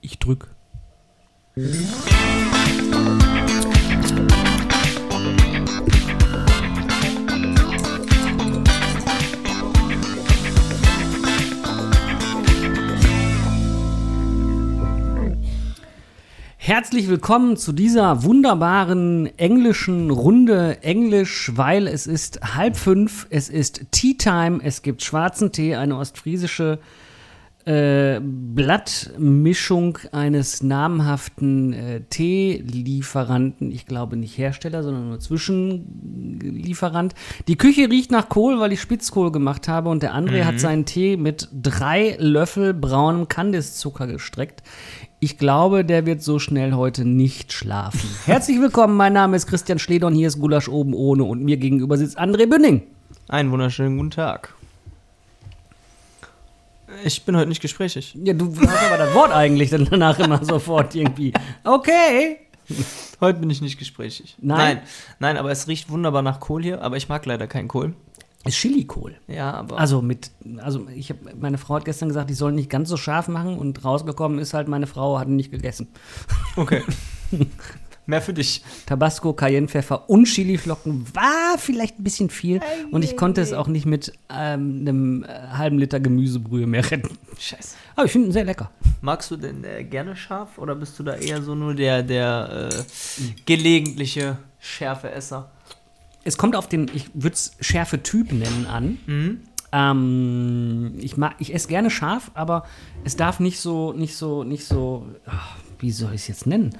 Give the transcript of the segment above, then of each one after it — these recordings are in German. Ich drück. Herzlich willkommen zu dieser wunderbaren englischen Runde Englisch, weil es ist halb fünf, es ist Tea Time, es gibt schwarzen Tee, eine ostfriesische äh, Blattmischung eines namenhaften äh, Teelieferanten. Ich glaube nicht Hersteller, sondern nur Zwischenlieferant. Die Küche riecht nach Kohl, weil ich Spitzkohl gemacht habe und der André hat seinen Tee mit drei Löffel braunem Kandiszucker gestreckt. Ich glaube, der wird so schnell heute nicht schlafen. Herzlich willkommen, mein Name ist Christian Schledon, hier ist Gulasch oben ohne und mir gegenüber sitzt André Bünning. Einen wunderschönen guten Tag. Ich bin heute nicht gesprächig. Ja, du hast aber das Wort eigentlich dann danach immer sofort irgendwie. Okay. Heute bin ich nicht gesprächig. Nein. Nein, Nein, aber es riecht wunderbar nach Kohl hier, aber ich mag leider keinen Kohl. Ist Chili-Kohl. Ja, aber. Also mit, also ich habe, meine Frau hat gestern gesagt, ich soll nicht ganz so scharf machen und rausgekommen ist halt, meine Frau hat ihn nicht gegessen. okay. Mehr für dich. Tabasco, Cayennepfeffer und Chiliflocken war vielleicht ein bisschen viel und ich konnte es auch nicht mit ähm, einem äh, halben Liter Gemüsebrühe mehr retten. Scheiße. Aber ich finde ihn sehr lecker. Magst du denn äh, gerne scharf oder bist du da eher so nur der, der äh, gelegentliche Schärfeesser? Es kommt auf den, ich würde es schärfe Typ nennen an. Ähm, ich mag, ich esse gerne scharf, aber es darf nicht so, nicht so, nicht so, ach, wie soll ich es jetzt nennen?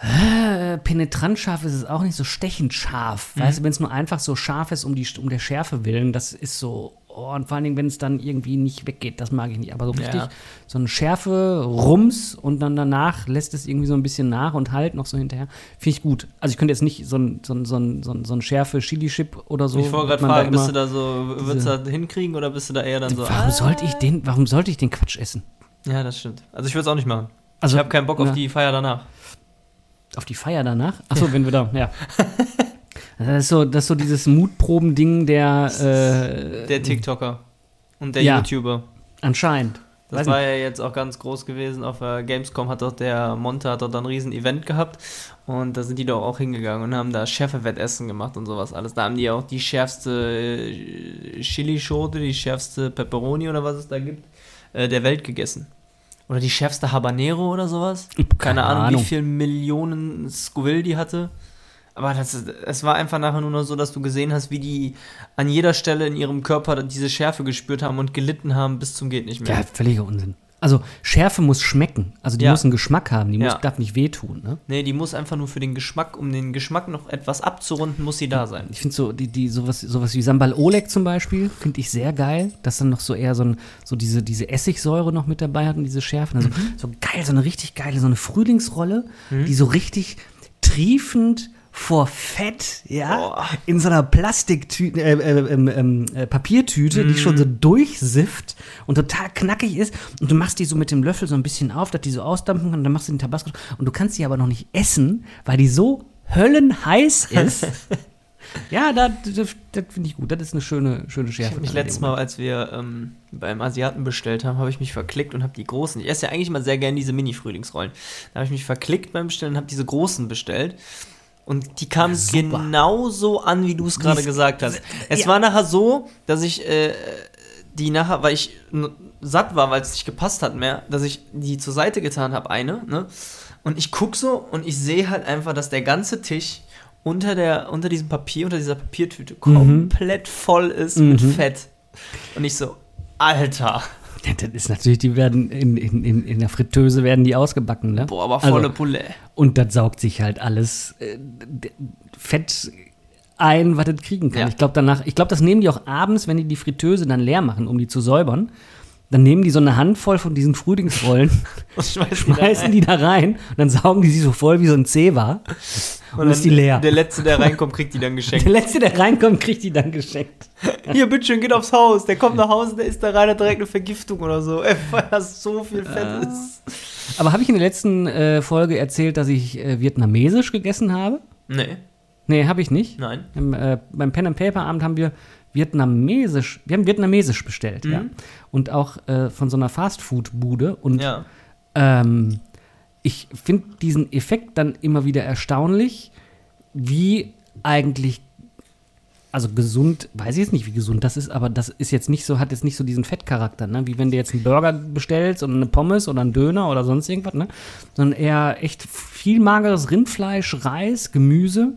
Äh, Penetrant scharf ist es auch nicht so stechend scharf. Mhm. Weißt du, wenn es nur einfach so scharf ist, um, die, um der Schärfe willen, das ist so. Oh, und vor allen Dingen, wenn es dann irgendwie nicht weggeht, das mag ich nicht. Aber so richtig, Ja. so eine Schärfe, Rums und dann danach lässt es irgendwie so ein bisschen nach und halt noch so hinterher. Finde ich gut. Also ich könnte jetzt nicht so ein, so ein, so ein, so ein, so ein Schärfe Chili-Chip oder so. ich wollte was gerade Oh, man da fragen, bist du immer- da so, würdest du da hinkriegen oder bist du da eher dann so. ah. Warum sollte ich den, warum sollte ich den Quatsch essen? Ja, das stimmt. Also ich würde es auch nicht machen. Also- ich habe keinen Bock auf Ja. die Feier danach. Auf die Feier danach? Achso, wenn wir da, ja. Das ist so, das ist so dieses Mutproben-Ding der, äh, Der TikToker und der ja. YouTuber. anscheinend. Das Weiß war ja jetzt auch ganz groß gewesen. Auf der Gamescom hat doch der Monte hat dort ein riesen Event gehabt. Und da sind die doch auch hingegangen und haben da Schärfewettessen gemacht und sowas alles. Da haben die auch die schärfste äh, Chilischote, die schärfste Pepperoni oder was es da gibt, äh, der Welt gegessen. Oder die schärfste Habanero oder sowas. Keine, keine Ahnung, Ahnung. wie viel Millionen Scoville die hatte. Aber das, ist- es war einfach nachher nur noch so, dass du gesehen hast, wie die an jeder Stelle in ihrem Körper diese Schärfe gespürt haben und gelitten haben bis zum geht nicht mehr. Ja, völliger Unsinn. Also Schärfe muss schmecken. Also die Ja. muss einen Geschmack haben, die muss, Ja. darf nicht wehtun. Ne? Nee, die muss einfach nur für den Geschmack, um den Geschmack noch etwas abzurunden, muss sie da sein. Ich finde so, die, die, sowas, sowas wie Sambal Oleg zum Beispiel, finde ich sehr geil, dass dann noch so eher so, ein, so diese, diese Essigsäure noch mit dabei hat und diese Schärfen. Also so geil, so eine richtig geile, so eine Frühlingsrolle, die so richtig triefend vor Fett, ja, Boah. in so einer Plastiktüte, äh, äh, ähm, ähm, äh, Papiertüte, die schon so durchsifft und total knackig ist. Und du machst die so mit dem Löffel so ein bisschen auf, dass die so ausdampfen kann. Und dann machst du den Tabasco. Und du kannst die aber noch nicht essen, weil die so höllenheiß ist. ja, da- das, das finde ich gut. Das ist eine schöne, schöne Schärfe. Ich habe mich dann in dem letztes Moment. Mal, als wir ähm, beim Asiaten bestellt haben, habe ich mich verklickt und habe die großen. Ich esse ja eigentlich mal sehr gerne diese Mini-Frühlingsrollen. Da habe ich mich verklickt beim Bestellen und habe diese großen bestellt. Und die kamen super. genauso an, wie du es gerade Die- gesagt hast. Es Ja. war nachher so, dass ich äh, die nachher, weil ich n- satt war, weil es nicht gepasst hat mehr, dass ich die zur Seite getan habe, eine, ne? Und ich guck so und ich sehe halt einfach, dass der ganze Tisch unter, der, unter diesem Papier, unter dieser Mhm. Papiertüte komplett voll ist mit Fett. Und ich so, Alter, Ja, das ist natürlich, die werden in, in, in, in der Fritteuse werden die ausgebacken, ne? boah, aber volle Also, Pulle. Und das saugt sich halt alles äh, d- Fett ein, was das kriegen kann. Ja. Ich glaube danach, ich glaube, das nehmen die auch abends, wenn die die Fritteuse dann leer machen, um die zu säubern. Dann nehmen die so eine Handvoll von diesen Frühlingsrollen, Und schmeißen, schmeißen die da rein und dann saugen die sie so voll wie so ein Zewa. und dann ist die leer. Der Letzte, der reinkommt, kriegt die dann geschenkt. Der Letzte, der reinkommt, kriegt die dann geschenkt. Hier, bitteschön, geht aufs Haus. Der kommt nach Hause, der ist da rein, hat direkt eine Vergiftung oder so. Ey, Weil das so viel Fett ist. Aber habe ich in der letzten äh, Folge erzählt, dass ich äh, vietnamesisch gegessen habe? Nee, Nee, habe ich nicht. nein. Im, äh, beim Pen and Paper Abend haben wir vietnamesisch, wir haben vietnamesisch bestellt, ja. Und auch äh, von so einer Fastfood Bude und Ja. Ähm, ich finde diesen Effekt dann immer wieder erstaunlich, wie eigentlich, also gesund, weiß ich jetzt nicht, wie gesund das ist, aber das ist jetzt nicht so, hat jetzt nicht so diesen Fettcharakter, ne? Wie wenn du jetzt einen Burger bestellst und eine Pommes oder einen Döner oder sonst irgendwas, ne? Sondern eher echt viel mageres Rindfleisch, Reis, Gemüse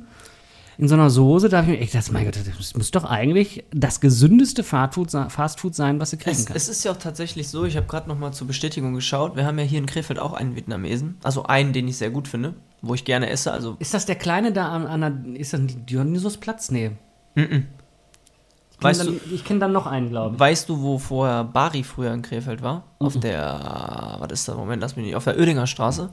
in so einer Soße, da habe ich mir echt gedacht, mein Gott, das muss doch eigentlich das gesündeste Fastfood, Fastfood sein, was du kriegen Es, kannst. es ist ja auch tatsächlich so, ich habe gerade nochmal zur Bestätigung geschaut, wir haben ja hier in Krefeld auch einen Vietnamesen, also einen, den ich sehr gut finde, wo ich gerne esse, also Ist das der Kleine da an, an der, ist das ein Dionysusplatz? Nee. Mhm. Ich kenn Weißt dann, Ich kenne dann noch einen, glaube ich. Weißt du, wo vorher Bari früher in Krefeld war? Auf der, was ist da, Moment, lass mich nicht, auf der Oedinger Straße?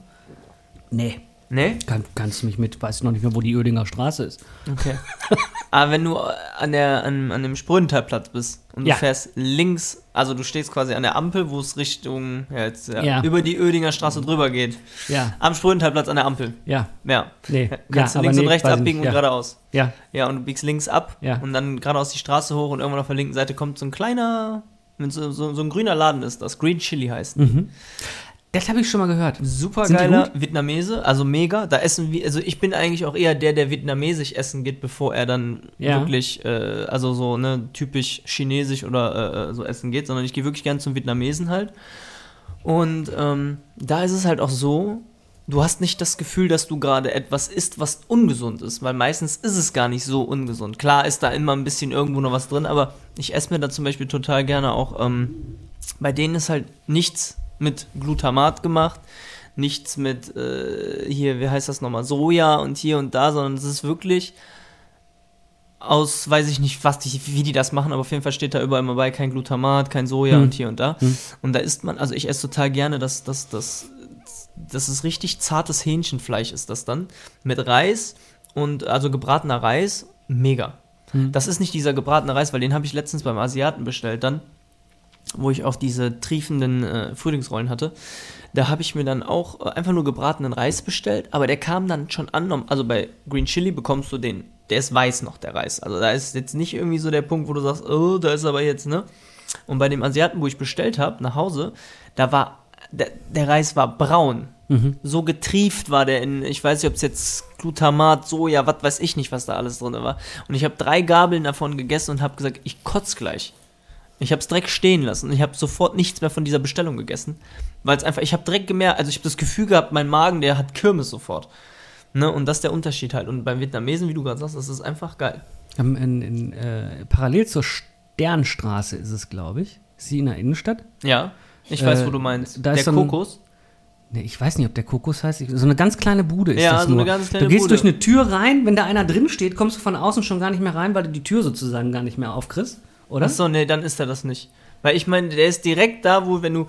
Nee. Nee? Kann, kannst du mich mit, weißt du noch nicht mehr, wo die Oedinger Straße ist. Okay. Aber wenn du äh, an, der, an, an dem Spröntalplatz bist und du Ja. fährst links, also du stehst quasi an der Ampel, wo es Richtung, ja, jetzt, ja, Ja. über die Oedinger Straße drüber geht. Ja, Am Spröntalplatz an der Ampel. ja. Ja. Nee, Kannst du ja, aber links nee, und rechts weiß ich abbiegen nicht, und ja. geradeaus. Ja, Ja, und du biegst links ab Ja. und dann geradeaus die Straße hoch und irgendwann auf der linken Seite kommt so ein kleiner, mit so, so, so ein grüner Laden ist das, Green Chili heißt. ne? das habe ich schon mal gehört. Sind die Supergeiler Vietnamese, also mega. Da essen wir, also ich bin eigentlich auch eher der, der vietnamesisch essen geht, bevor er dann Ja. wirklich, äh, also so ne, typisch chinesisch oder äh, äh, so essen geht, sondern ich gehe wirklich gern zum Vietnamesen halt. Und ähm, da ist es halt auch so, du hast nicht das Gefühl, dass du gerade etwas isst, was ungesund ist, weil meistens ist es gar nicht so ungesund. Klar ist da immer ein bisschen irgendwo noch was drin, aber ich esse mir da zum Beispiel total gerne auch, ähm, bei denen ist halt nichts mit Glutamat gemacht, nichts mit äh, hier, wie heißt das nochmal, Soja und hier und da, sondern es ist wirklich aus, weiß ich nicht, was die, wie die das machen, aber auf jeden Fall steht da überall mal bei, kein Glutamat, kein Soja Hm. und hier und da. Hm. Und da isst man, also ich esse total gerne, dass das, das, das ist richtig zartes Hähnchenfleisch ist das dann. Mit Reis und also gebratener Reis, mega. Hm. Das ist nicht dieser gebratene Reis, weil den habe ich letztens beim Asiaten bestellt dann, wo ich auch diese triefenden äh, Frühlingsrollen hatte. Da habe ich mir dann auch äh, einfach nur gebratenen Reis bestellt, aber der kam dann schon an. Also bei Green Chili bekommst du den, der ist weiß noch, der Reis. Also da ist jetzt nicht irgendwie so der Punkt, wo du sagst, oh, da ist aber jetzt, ne? Und bei dem Asiaten, wo ich bestellt habe, nach Hause, da war, der, der Reis war braun. So getrieft war der in, ich weiß nicht, ob es jetzt Glutamat, Soja, was weiß ich nicht, was da alles drin war. Und ich habe drei Gabeln davon gegessen und habe gesagt, ich kotz gleich. Ich habe es direkt stehen lassen. Ich habe sofort nichts mehr von dieser Bestellung gegessen, weil es einfach, ich habe direkt gemerkt, also ich habe das Gefühl gehabt, mein Magen, der hat Kirmes sofort. Ne? Und das ist der Unterschied halt. Und beim Vietnamesen, wie du gerade sagst, das ist einfach geil. Am- In, in, äh, parallel zur Sternstraße ist es, glaube ich. Ist sie in der Innenstadt? Ja, ich Äh, weiß, wo du meinst. da der ist so ein- Kokos. Nee, ich weiß nicht, ob der Kokos heißt. Ich- So eine ganz kleine Bude ist Ja, das so eine nur. ganz kleine du gehst Bude. durch eine Tür rein, wenn da einer drin steht, kommst du von außen schon gar nicht mehr rein, weil du die Tür sozusagen gar nicht mehr aufkriegst, oder? Achso, nee, dann ist er das nicht. Weil ich meine, der ist direkt da, wo, wenn du,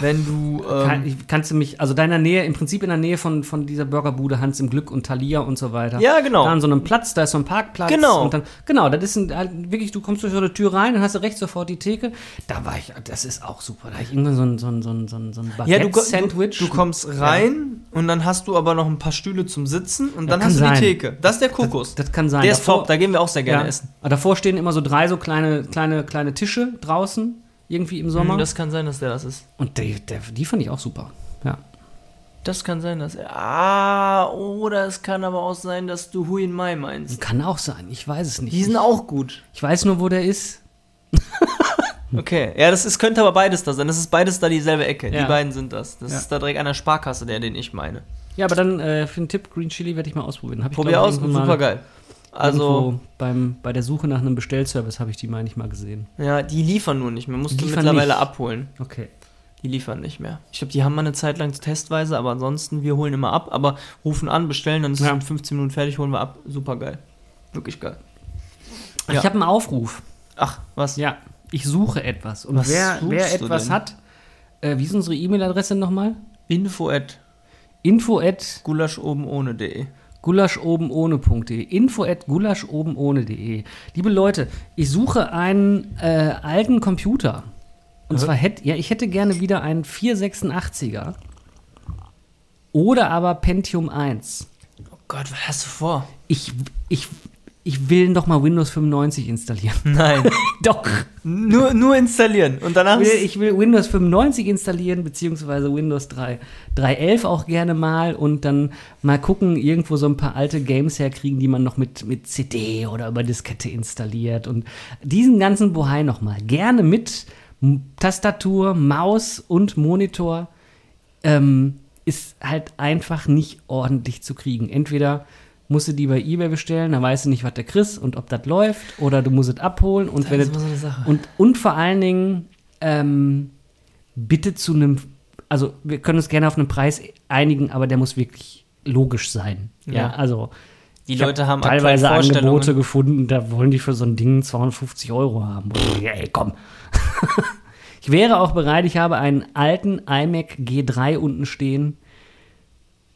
wenn du, ähm, Kann, ich- kannst du mich, also deiner Nähe, im Prinzip in der Nähe von, von dieser Burgerbude Hans im Glück und Thalia und so weiter. Ja, genau. Da an so einem Platz, da ist so ein Parkplatz. Genau. Und dann, genau, das ist ein, ein- wirklich, du kommst durch so eine Tür rein, dann hast du rechts sofort die Theke. Da war ich, das ist auch super. Da hab ich irgendwann so ein, so ein, so ein, so ein, so ein ja, du, Baguette-Sandwich. du, du kommst rein und dann hast du aber noch ein paar Stühle zum Sitzen und dann kann hast du sein. die Theke. Das ist der Kokos. Das kann sein. der ist Davor- top, da gehen wir auch sehr gerne ja. essen. Aber davor stehen immer so drei so kleine, kleine, kleine Tische draußen, irgendwie im Sommer. Hm, Das kann sein, dass der das ist. und die, der, die fand ich auch super. Ja. Das kann sein, dass er. Ah, oder es kann aber auch sein, dass du Hui in Mai meinst. Kann auch sein, ich weiß es nicht. Die sind auch gut. Ich weiß nur, wo der ist. Okay. Ja, das ist, könnte aber beides da sein. Das ist beides da dieselbe Ecke. Ja. Die beiden sind das. Das Ja. ist da direkt an der Sparkasse, der, den ich meine. Ja, aber dann äh, für einen Tipp Green Chili werde ich mal ausprobieren. Hab ich, Probier glaub ich, aus, irgendwann mal super geil. Also, irgendwo beim, bei der Suche nach einem Bestellservice habe ich die, meine ich, mal gesehen. ja, die liefern nur nicht mehr. Musst du Liefern mittlerweile nicht. abholen. Okay. Die liefern nicht mehr. Ich glaube, die haben mal eine Zeit lang testweise, aber ansonsten, wir holen immer ab, aber rufen an, bestellen, dann ist es Ja. in 15 Minuten fertig, holen wir ab. Super geil. Wirklich geil. Ja. Ich habe einen Aufruf. Ach, was? Ja. Ich suche etwas. Und Was wer, suchst wer du etwas denn? hat, äh, wie ist unsere E-Mail-Adresse nochmal? Info at Info at gulasch oben E. ohne.de. gulaschobenohne.de. Info at gulaschobenohne.de. Liebe Leute, ich suche einen äh, alten Computer. Und zwar hätte, ja, ich hätte gerne wieder einen 486er. Oder aber Pentium 1. Oh Gott, was hast du vor? ich, ich, ich will doch mal Windows 95 installieren. Nein. doch. nur, nur installieren. Und danach. Ich will, ist- ich will Windows 95 installieren, beziehungsweise Windows 3, 3.11 auch gerne mal und dann mal gucken, irgendwo so ein paar alte Games herkriegen, die man noch mit, mit CD oder über Diskette installiert und diesen ganzen Bohai nochmal. Gerne mit M- Tastatur, Maus und Monitor ähm, ist halt einfach nicht ordentlich zu kriegen. Entweder musst du die bei Ebay bestellen, dann weißt du nicht, was der kriegst und ob das läuft, oder du musst es abholen und Das wenn ist es- immer so eine Sache. und, und vor allen Dingen, ähm, bitte zu einem, also wir können uns gerne auf einen Preis einigen, aber der muss wirklich logisch sein. Ja, Ja. also Die ich Leute hab haben aktuell teilweise Vorstellungen. Angebote gefunden, da wollen die für so ein Ding 250 Euro haben. Pff, Ey, komm. ich wäre auch bereit, ich habe einen alten iMac G3 unten stehen,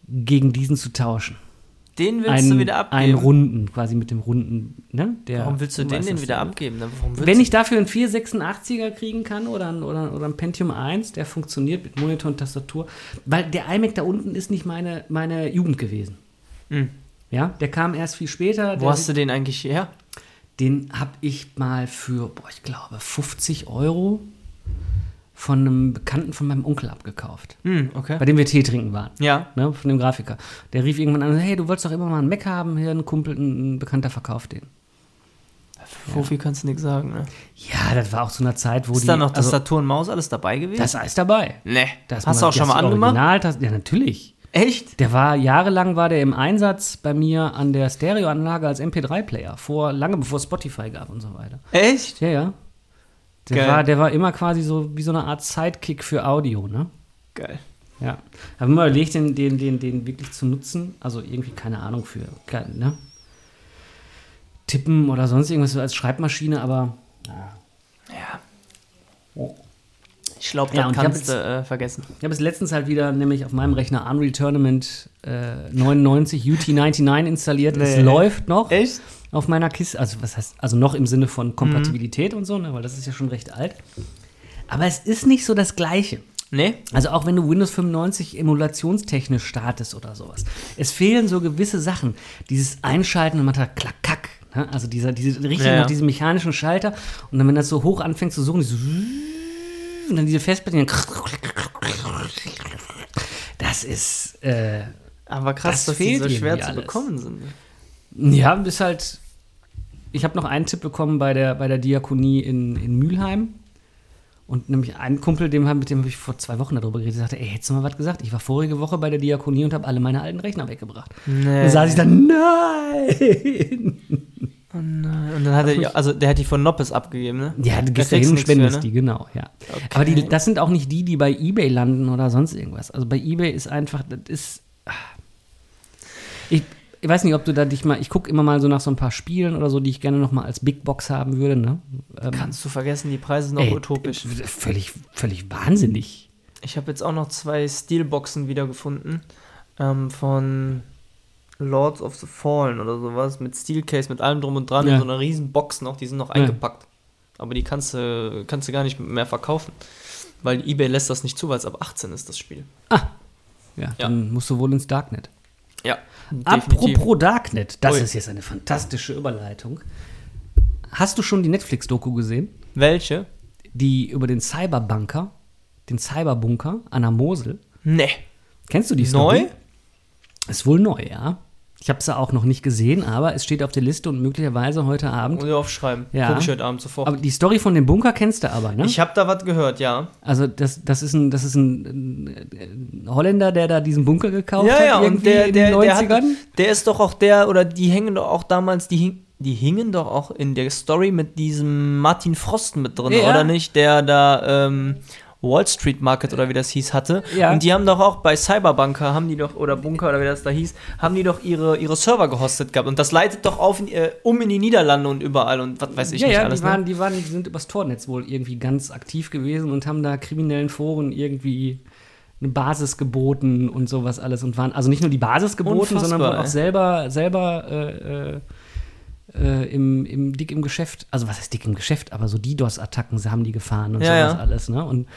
gegen diesen zu tauschen. Den willst du Einen, wieder einen abgeben. runden, quasi mit dem runden, ne? Der, Warum willst du den weißt, denn was wieder ich meine. abgeben? Dann Warum willst Wenn du- ich dafür einen 486er kriegen kann oder ein, oder, oder ein Pentium 1, der funktioniert mit Monitor und Tastatur, weil der iMac da unten ist nicht meine, meine Jugend gewesen. Hm. Ja, der kam erst viel später. Wo der hast du den eigentlich her? den habe ich mal für, boah, ich glaube, 50 Euro von einem Bekannten von meinem Onkel abgekauft, Hm, okay. bei dem wir Tee trinken waren. Ja. Ne, von dem Grafiker. Der rief irgendwann an, hey, du wolltest doch immer mal einen Mac haben, hier ein Kumpel, ein ein Bekannter verkauft den. Fofi kannst du nichts sagen, ne? Ja, das war auch zu einer Zeit, wo Ist die... da noch also, Tastatur und Maus alles dabei gewesen? das ist alles dabei. nee. Das hast du man- auch schon das mal angemacht? Original, ja, natürlich. Echt? Der war jahrelang war der im Einsatz bei mir an der Stereoanlage als MP3-Player, vor lange bevor es Spotify gab und so weiter. Echt? Ja, ja. Der Geil. war, der war immer quasi so wie so eine Art Sidekick für Audio, ne? Geil. Ja. Aber immer überlegt, den, den, den, den wirklich zu nutzen. Also irgendwie, keine Ahnung, für kein- ne? Tippen oder sonst irgendwas so als Schreibmaschine, aber Ja. Ich glaube, Ja, das und ich hab kannst du äh, vergessen. Ich habe es letztens halt wieder, nämlich auf meinem Rechner Unreal Tournament äh, 99 UT99 installiert. Es Nee. läuft noch Echt? auf meiner Kiste. Also was heißt, also noch im Sinne von Kompatibilität und so, ne? weil das ist ja schon recht alt. Aber es ist nicht so das Gleiche. Nee? Also auch wenn du Windows 95 emulationstechnisch startest oder sowas. Es fehlen so gewisse Sachen. Dieses Einschalten und man hat klack, kack. Ne? Also dieser, diese, richtig Ja, ja. nach diesem mechanischen Schalter. Und dann, wenn das so hoch anfängt zu suchen, dieses und dann diese Festplatte. die dann Das ist, äh, Aber Das krass, dass die fehlt so schwer irgendwie zu alles. bekommen sind. ja, ist halt, ich habe noch einen Tipp bekommen bei der, bei der Diakonie in, in Mülheim. Und nämlich einen Kumpel, dem, hab- mit dem habe ich vor zwei Wochen darüber geredet, der sagte, ey, hättest du mal was gesagt? Ich war vorige Woche bei der Diakonie und habe alle meine alten Rechner weggebracht. Nee. Dann saß ich dann, nein! Oh nein. Und dann hat er, die- also der hat die von Noppes abgegeben, ne? Ja, Da du gehst da kriegst hin und nix für, spendest ne? die, genau, ja. Aber die, das sind auch nicht die, die bei Ebay landen oder sonst irgendwas. Also bei Ebay ist einfach, das ist. Ich, ich weiß nicht, ob du da dich mal, ich gucke immer mal so nach so ein paar Spielen oder so, die ich gerne nochmal als Big Box haben würde, ne? Ähm, Kannst du vergessen, die Preise sind auch ey, utopisch. d- Völlig, völlig wahnsinnig. Ich habe jetzt auch noch zwei Steelboxen wiedergefunden. Ähm, von Lords of the Fallen oder sowas. Mit Steelcase, mit allem drum und dran. Ja. In so einer riesen Box noch. Die sind noch Ja. eingepackt. Aber die kannst du, kannst du gar nicht mehr verkaufen. Weil eBay lässt das nicht zu, weil es ab 18 ist, das Spiel. Ah, Ja, dann musst du wohl ins Darknet. Ja, definitiv. Apropos Darknet, das Ui. ist jetzt eine fantastische Überleitung. Hast du schon die Netflix-Doku gesehen? Welche? Die über den Cyberbunker, den Cyberbunker an der Mosel. Nee. Kennst du die Neu? Story? Ist wohl neu, ja. Ich habe sie auch noch nicht gesehen, aber es steht auf der Liste und möglicherweise heute Abend. Muss ich aufschreiben. Ja. Guck ich heute Abend sofort. Aber die Story von dem Bunker kennst du aber, ne? Oh. ich habe da was gehört, ja. also das, das ist, ein, das ist ein, ein Holländer, der da diesen Bunker gekauft Ja, hat ja, und irgendwie der, der, in den der, 90ern. hat, der ist doch auch der, oder die hängen doch auch damals, die, hing, die hingen doch auch in der Story mit diesem Martin Frosten mit drin, Ja, ja. oder nicht? Der da ähm, Wall Street Market oder wie das hieß hatte. Ja. Und die haben doch auch bei Cyberbunker, haben die doch, oder Bunker oder wie das da hieß, haben die doch ihre, ihre Server gehostet gehabt. Und das leitet doch auf in, äh, um in die Niederlande und überall und was weiß ich ja, nicht ja, alles. ne? die, waren, die waren, die sind übers Tornetz wohl irgendwie ganz aktiv gewesen und haben da kriminellen Foren irgendwie eine Basis geboten und sowas alles und waren also nicht nur die Basis geboten, Unfassbar, sondern wohl auch ey. selber selber äh, äh, äh, im, im dick im Geschäft, also was heißt dick im Geschäft, aber so DDoS-Attacken, sie haben die gefahren und Ja, sowas ja. alles, ne? Und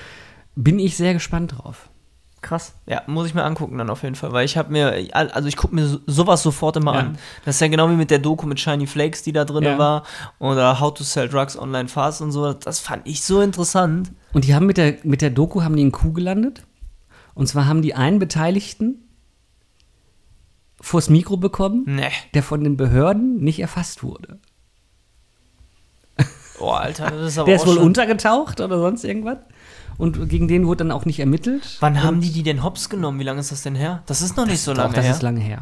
bin ich sehr gespannt drauf. ne? Krass. Ja, muss ich mir angucken dann auf jeden Fall, weil ich habe mir, also ich gucke mir so- sowas sofort immer Ja. an. Das ist ja genau wie mit der Doku mit Shiny Flakes, die da drin Ja. war, oder How to Sell Drugs Online Fast und so. Das fand ich so interessant. Und die haben mit der, mit der Doku haben die einen Kuh gelandet. Und zwar haben die einen Beteiligten vors Mikro bekommen, Ne, der von den Behörden nicht erfasst wurde. oh Alter, das ist aber Der auch ist wohl schon- untergetaucht oder sonst irgendwas. Und gegen den wurde dann auch nicht ermittelt. Wann haben die die denn hops genommen? Wie lange ist das denn her? Das ist noch nicht so lange Doch, das her. ist lange her.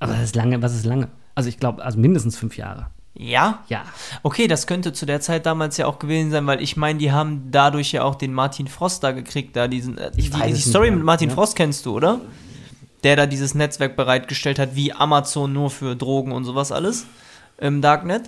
Aber das ist lange, was ist lange? Also ich glaube, also mindestens fünf Jahre. ja? Ja. Okay, das könnte zu der Zeit damals ja auch gewesen sein, weil ich meine, die haben dadurch ja auch den Martin Frost da gekriegt, da diesen äh, Ich die, weiß die es nicht Story mehr, mit Martin ja. Frost kennst du, oder? Der da dieses Netzwerk bereitgestellt hat, wie Amazon nur für Drogen und sowas alles im Darknet.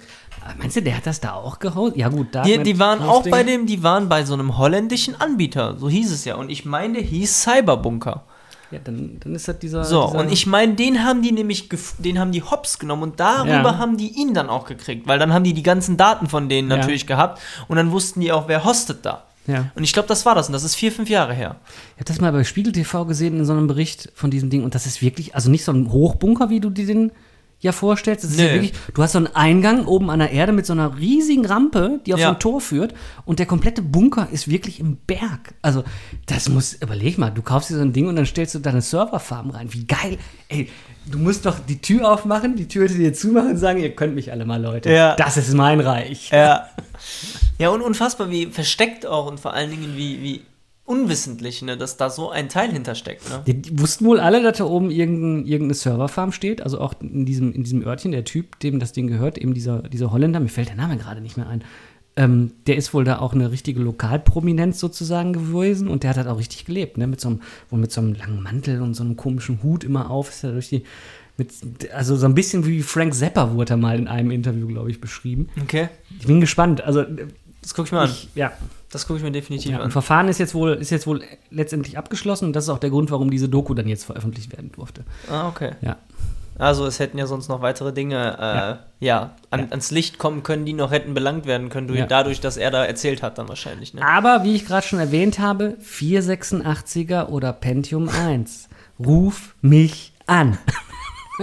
Aber meinst du, der hat das da auch gehostet? Ja gut, da. Die, die waren auch bei dem, die waren bei so einem holländischen Anbieter, so hieß es ja. Und ich meine, der hieß Cyberbunker. Ja, dann, dann ist das dieser. So, dieser und ich meine, den haben die nämlich, gef- den haben die hops genommen und darüber Ja. haben die ihn dann auch gekriegt, weil dann haben die die ganzen Daten von denen Ja. natürlich gehabt und dann wussten die auch, wer hostet da. Ja. Und ich glaube, das war das und das ist vier, fünf Jahre her. Ich habe das mal bei Spiegel TV gesehen in so einem Bericht von diesem Ding und das ist wirklich, also nicht so ein Hochbunker, wie du dir den ja vorstellst. Das ist ja Nee. wirklich, du hast so einen Eingang oben an der Erde mit so einer riesigen Rampe, die auf Ja. so ein Tor führt und der komplette Bunker ist wirklich im Berg. Also das muss, überleg mal, du kaufst dir so ein Ding und dann stellst du deine Serverfarm rein. Wie geil. Ey, du musst doch die Tür aufmachen, die Tür hinter dir zumachen und sagen, ihr könnt mich alle mal, Leute. Ja. Das ist mein Reich. Ja. ja, und unfassbar, wie versteckt auch und vor allen Dingen wie, wie unwissentlich, ne, dass da so ein Teil hintersteckt. Ne? Die, die wussten wohl alle, dass da oben irgendein, irgendeine Serverfarm steht. Also auch in diesem, in diesem Örtchen, der Typ, dem das Ding gehört, eben dieser, dieser Holländer, mir fällt der Name gerade nicht mehr ein. Ähm, der ist wohl da auch eine richtige Lokalprominenz sozusagen gewesen und der hat halt auch richtig gelebt, ne? Mit so einem, wohl mit so einem langen Mantel und so einem komischen Hut immer auf, ist er durch die. Mit, also so ein bisschen wie Frank Zappa wurde er mal in einem Interview, glaube ich, beschrieben. Okay, Ich bin gespannt. Also, das gucke ich mir an. ich, ja, Das gucke ich mir definitiv ja, ein an. Verfahren ist jetzt wohl ist jetzt wohl letztendlich abgeschlossen und das ist auch der Grund, warum diese Doku dann jetzt veröffentlicht werden durfte. Ah, okay. Ja. Also es hätten ja sonst noch weitere Dinge äh, ja. an, Ja. ans Licht kommen können, die noch hätten belangt werden können, durch, Ja. dadurch, dass er da erzählt hat dann wahrscheinlich. Ne? Aber wie ich gerade schon erwähnt habe, 486er oder Pentium 1. Ruf mich an.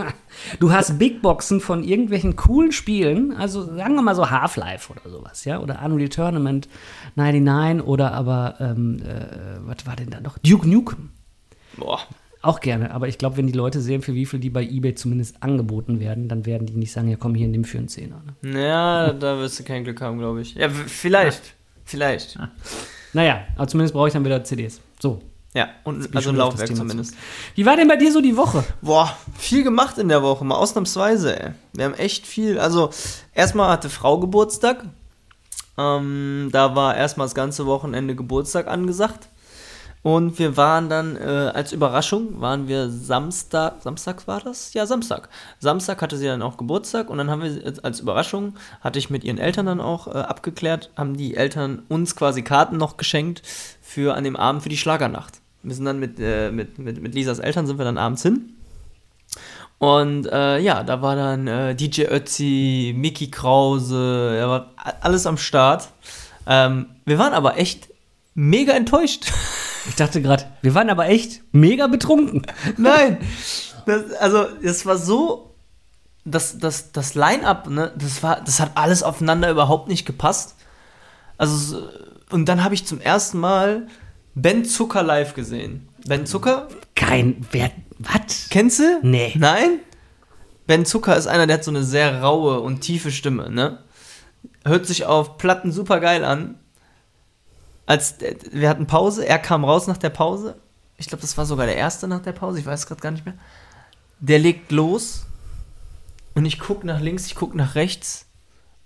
Du hast Bigboxen von irgendwelchen coolen Spielen, also sagen wir mal so Half-Life oder sowas, ja, oder Annual Tournament 99 oder aber, ähm, äh, was war denn da noch? Duke Nukem. Boah. Auch gerne, aber ich glaube, wenn die Leute sehen, für wie viel die bei eBay zumindest angeboten werden, dann werden die nicht sagen, ja komm, hier nimm für einen Zehner. Ne? Ja, da wirst du kein Glück haben, glaube ich. Ja, w- vielleicht. Vielleicht. Naja, aber zumindest brauche ich dann wieder CDs. So. Ja, und bin also schon ein wieder auf das Laufwerk Thema zumindest. Wie war denn bei dir so die Woche? Boah, viel gemacht in der Woche, mal ausnahmsweise, ey. Wir haben echt viel. Also, erstmal hatte Frau Geburtstag. Ähm, da war erstmal das ganze Wochenende Geburtstag angesagt. Und wir waren dann, äh, als Überraschung, waren wir Samstag, Samstag war das? Ja, Samstag. Samstag hatte sie dann auch Geburtstag und dann haben wir, als- als Überraschung, hatte ich mit ihren Eltern dann auch äh, abgeklärt, haben die Eltern uns quasi Karten noch geschenkt für an dem Abend für die Schlagernacht. Wir sind dann mit, äh, mit, mit, mit Lisas Eltern sind wir dann abends hin. Und äh, ja, da war dann äh, DJ Ötzi, Mickey Krause, da war a- alles am Start. Ähm, wir waren aber echt mega enttäuscht. Ich dachte gerade, wir waren aber echt mega betrunken. Nein, das, also es war so, das, das, das Line-Up, ne, das, war, das hat alles aufeinander überhaupt nicht gepasst. Also, so- und dann habe ich zum ersten Mal Ben Zucker live gesehen. Ben Zucker, Kein, wer, was? Kennst du? Nee. Nein? Ben Zucker ist einer, der hat so eine sehr raue und tiefe Stimme, ne? Hört sich auf Platten super geil an. Als der- wir hatten Pause, er kam raus nach der Pause. Ich glaube, das war sogar der erste nach der Pause, ich weiß es gerade gar nicht mehr. Der legt los und ich gucke nach links, ich gucke nach rechts.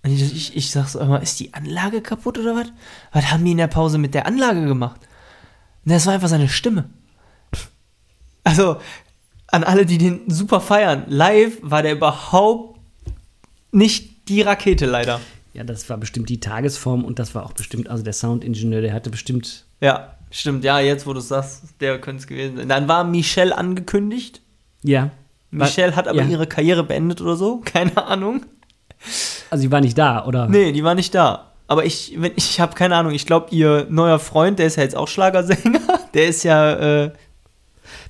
Und ich, ich, ich sag so immer, ist die Anlage kaputt oder was? Was haben die in der Pause mit der Anlage gemacht? Und das war einfach seine Stimme. Also, an alle, die den super feiern, live war der überhaupt nicht die Rakete, leider. Ja, das war bestimmt die Tagesform und das war auch bestimmt, also der Soundingenieur, der hatte bestimmt, Ja, stimmt. Ja, jetzt, wo du es sagst, der könnte es gewesen sein. Dann war Michelle angekündigt. ja. War- Michelle hat aber ja. ihre Karriere beendet oder so. Keine Ahnung. Also sie war nicht da, oder? Nee, die war nicht da. Aber ich, wenn, ich habe keine Ahnung. Ich glaube, ihr neuer Freund, der ist ja jetzt auch Schlagersänger, der ist ja äh,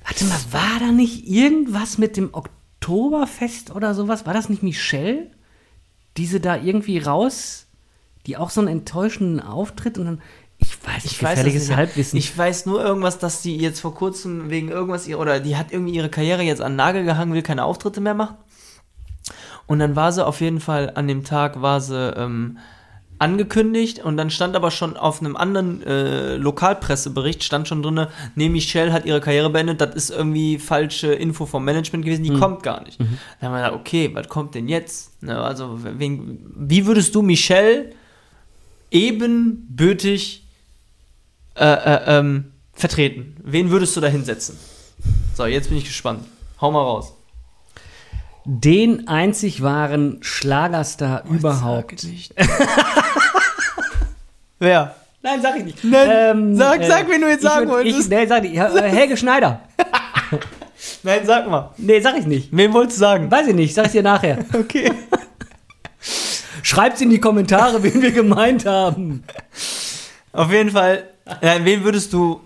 Warte mal, war da nicht irgendwas mit dem Oktoberfest oder sowas? War das nicht Michelle? Diese da irgendwie raus, die auch so einen enttäuschenden Auftritt und dann. Ich weiß nicht, Ich weiß gefährliches es nicht. Halbwissen. Ich weiß nur irgendwas, dass die jetzt vor kurzem wegen irgendwas, ihr- oder die hat irgendwie ihre Karriere jetzt an den Nagel gehangen, will keine Auftritte mehr machen. Und dann war sie auf jeden Fall, an dem Tag war sie ähm, angekündigt und dann stand aber schon auf einem anderen äh, Lokalpressebericht, stand schon drinne, nee, Michelle hat ihre Karriere beendet, das ist irgendwie falsche Info vom Management gewesen, Hm. die kommt gar nicht. Mhm. Dann haben wir gedacht, okay, was kommt denn jetzt? Ne, also, wen, wie würdest du Michelle ebenbürtig äh, äh, ähm, vertreten? Wen würdest du da hinsetzen? So, jetzt bin ich gespannt. Hau mal raus. Den einzig wahren Schlagerstar Oh, überhaupt. Wer? Nein, sag ich nicht. Nein, sag- sag, wen du jetzt Ähm, äh, ich sagen würd- wolltest. Ich, nee, sag ich nicht. Ja, äh, Helge Schneider. Nein, sag mal. Nee, sag ich nicht. Wen wolltest du sagen? Weiß ich nicht, sag ich dir nachher. Okay. Schreibt's in die Kommentare, wen wir gemeint haben. Auf jeden Fall, äh, wen würdest du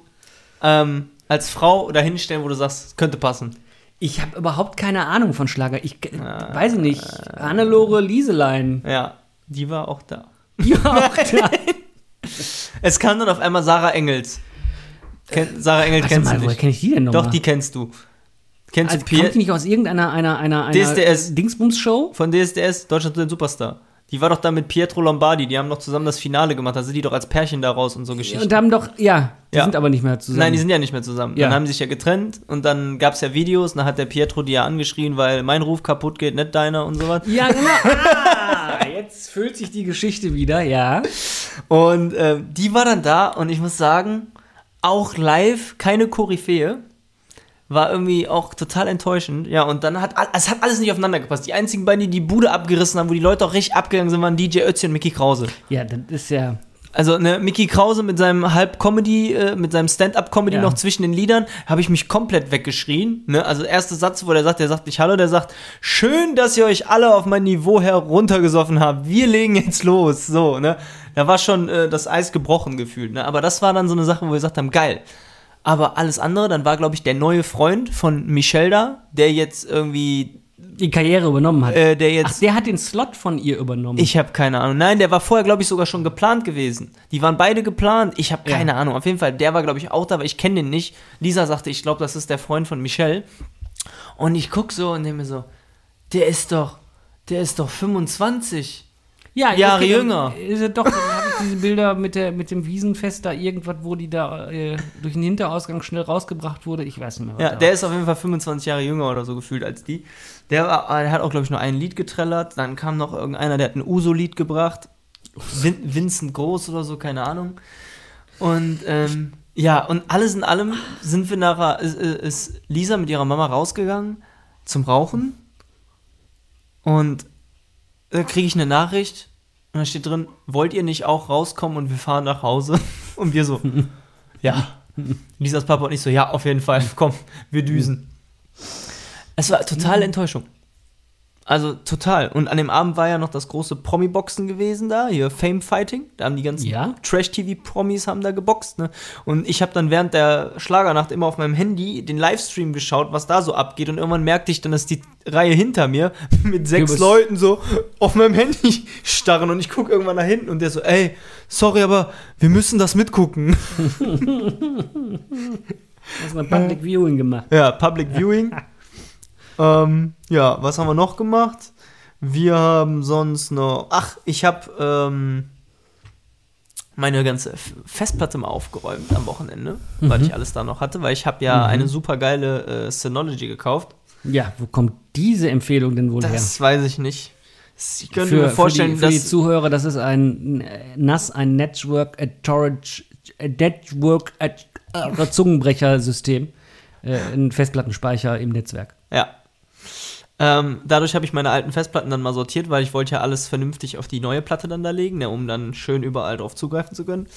ähm, als Frau da hinstellen, wo du sagst, es könnte passen? Ich habe überhaupt keine Ahnung von Schlager. Ich äh, Ah. weiß ich nicht. Hannelore Lieselein. Ja, die war auch da. Die war auch da. Es kam dann auf einmal Sarah Engels. Ken Sarah Engels Warte kennst mal, du woher nicht. kenne ich die denn nochmal? Doch, die kennst du. Kennst also, du Pierre kommt die nicht aus irgendeiner einer, einer, einer DSDS. Dingsbums-Show? von DSDS, Deutschland sucht den Superstar? Die war doch da mit Pietro Lombardi, die haben doch zusammen das Finale gemacht, da sind die doch als Pärchen da raus und so Geschichten. Und haben doch, ja, die Ja. sind aber nicht mehr zusammen. Nein, die sind ja nicht mehr zusammen. Ja. Dann haben sie sich ja getrennt und dann gab es ja Videos, dann hat der Pietro die ja angeschrien, weil mein Ruf kaputt geht, nicht deiner und sowas. ja, genau. Ah, jetzt füllt sich die Geschichte wieder, ja. Und ähm, die war dann da und ich muss sagen, auch live keine Koryphäe. War irgendwie auch total enttäuschend. Ja, und dann hat all- es hat alles nicht aufeinander gepasst. Die einzigen beiden, die die Bude abgerissen haben, wo die Leute auch richtig abgegangen sind, waren DJ Ötzi und Mickey Krause. Ja, das ist ja. Also, ne, Mickey Krause mit seinem Halb-Comedy, äh, mit seinem Stand-Up-Comedy Ja. noch zwischen den Liedern, habe ich mich komplett weggeschrien. Ne? Also, erster Satz, wo der sagt, der sagt nicht Hallo, der sagt, schön, dass ihr euch alle auf mein Niveau heruntergesoffen habt. Wir legen jetzt los. So, ne? Da war schon äh, das Eis gebrochen gefühlt. Ne? Aber das war dann so eine Sache, wo wir gesagt haben, geil. Aber alles andere, dann war, glaube ich, der neue Freund von Michelle da, der jetzt irgendwie, Die Karriere übernommen hat. äh, der jetzt Ach, der hat den Slot von ihr übernommen. ich habe keine Ahnung. Nein, der war vorher, glaube ich, sogar schon geplant gewesen. Die waren beide geplant. Ich habe keine Ahnung. Auf jeden Fall, der war, glaube ich, auch da, aber ich kenne den nicht. Lisa sagte, ich glaube, das ist der Freund von Michelle. Und ich guck so und nehme so, der ist doch, der ist doch 25. ja, Jahre dann jünger. Ist er doch, dann habe ich diese Bilder mit, der, mit dem Wiesenfest da irgendwas, wo die da äh, durch den Hinterausgang schnell rausgebracht wurde. Ich weiß nicht mehr, was Ja, da der ist auf jeden Fall 25 Jahre jünger oder so gefühlt als die. Der, war, der hat auch, glaube ich, nur ein Lied getrellert. Dann kam noch irgendeiner, der hat ein Uso-Lied gebracht. Vin Vincent Groß oder so, keine Ahnung. Und ähm, ja, und alles in allem sind wir nachher, ist, ist Lisa mit ihrer Mama rausgegangen zum Rauchen. Und da Äh, kriege ich eine Nachricht und da steht drin, wollt ihr nicht auch rauskommen und wir fahren nach Hause? Und wir so, ja. Lisas Papa und ich so, ja, auf jeden Fall, komm, wir düsen. Es war totale Enttäuschung. Also total. Und an dem Abend war ja noch das große Promi-Boxen gewesen da, hier Fame Fighting. Da haben die ganzen Ja. Trash-TV-Promis haben da geboxt. Ne? Und ich habe dann während der Schlagernacht immer auf meinem Handy den Livestream geschaut, was da so abgeht. Und irgendwann merkte ich dann, dass die Reihe hinter mir mit sechs bist- Leuten so auf meinem Handy starren. Und ich gucke irgendwann nach hinten und der so, ey, sorry, aber wir müssen das mitgucken. Hast mal Public Viewing gemacht. Ja, Public Viewing. ähm, ja, was haben wir noch gemacht? Wir haben sonst noch. Ach, ich habe ähm, meine ganze F- Festplatte mal aufgeräumt am Wochenende, Mhm. weil ich alles da noch hatte, weil ich habe ja eine super geile äh, Synology gekauft. Ja, wo kommt diese Empfehlung denn wohl her? Das weiß ich nicht. Ich könnte Für, mir vorstellen, für, die, für die dass. Zuhörer, das ist ein äh, NAS, ein Network äh, Storage, äh, Network äh, äh, Zungenbrechersystem, äh, ein Festplattenspeicher im Netzwerk. Ja. Ähm, dadurch habe ich meine alten Festplatten dann mal sortiert, weil ich wollte ja alles vernünftig auf die neue Platte dann da legen, ne, um dann schön überall drauf zugreifen zu können.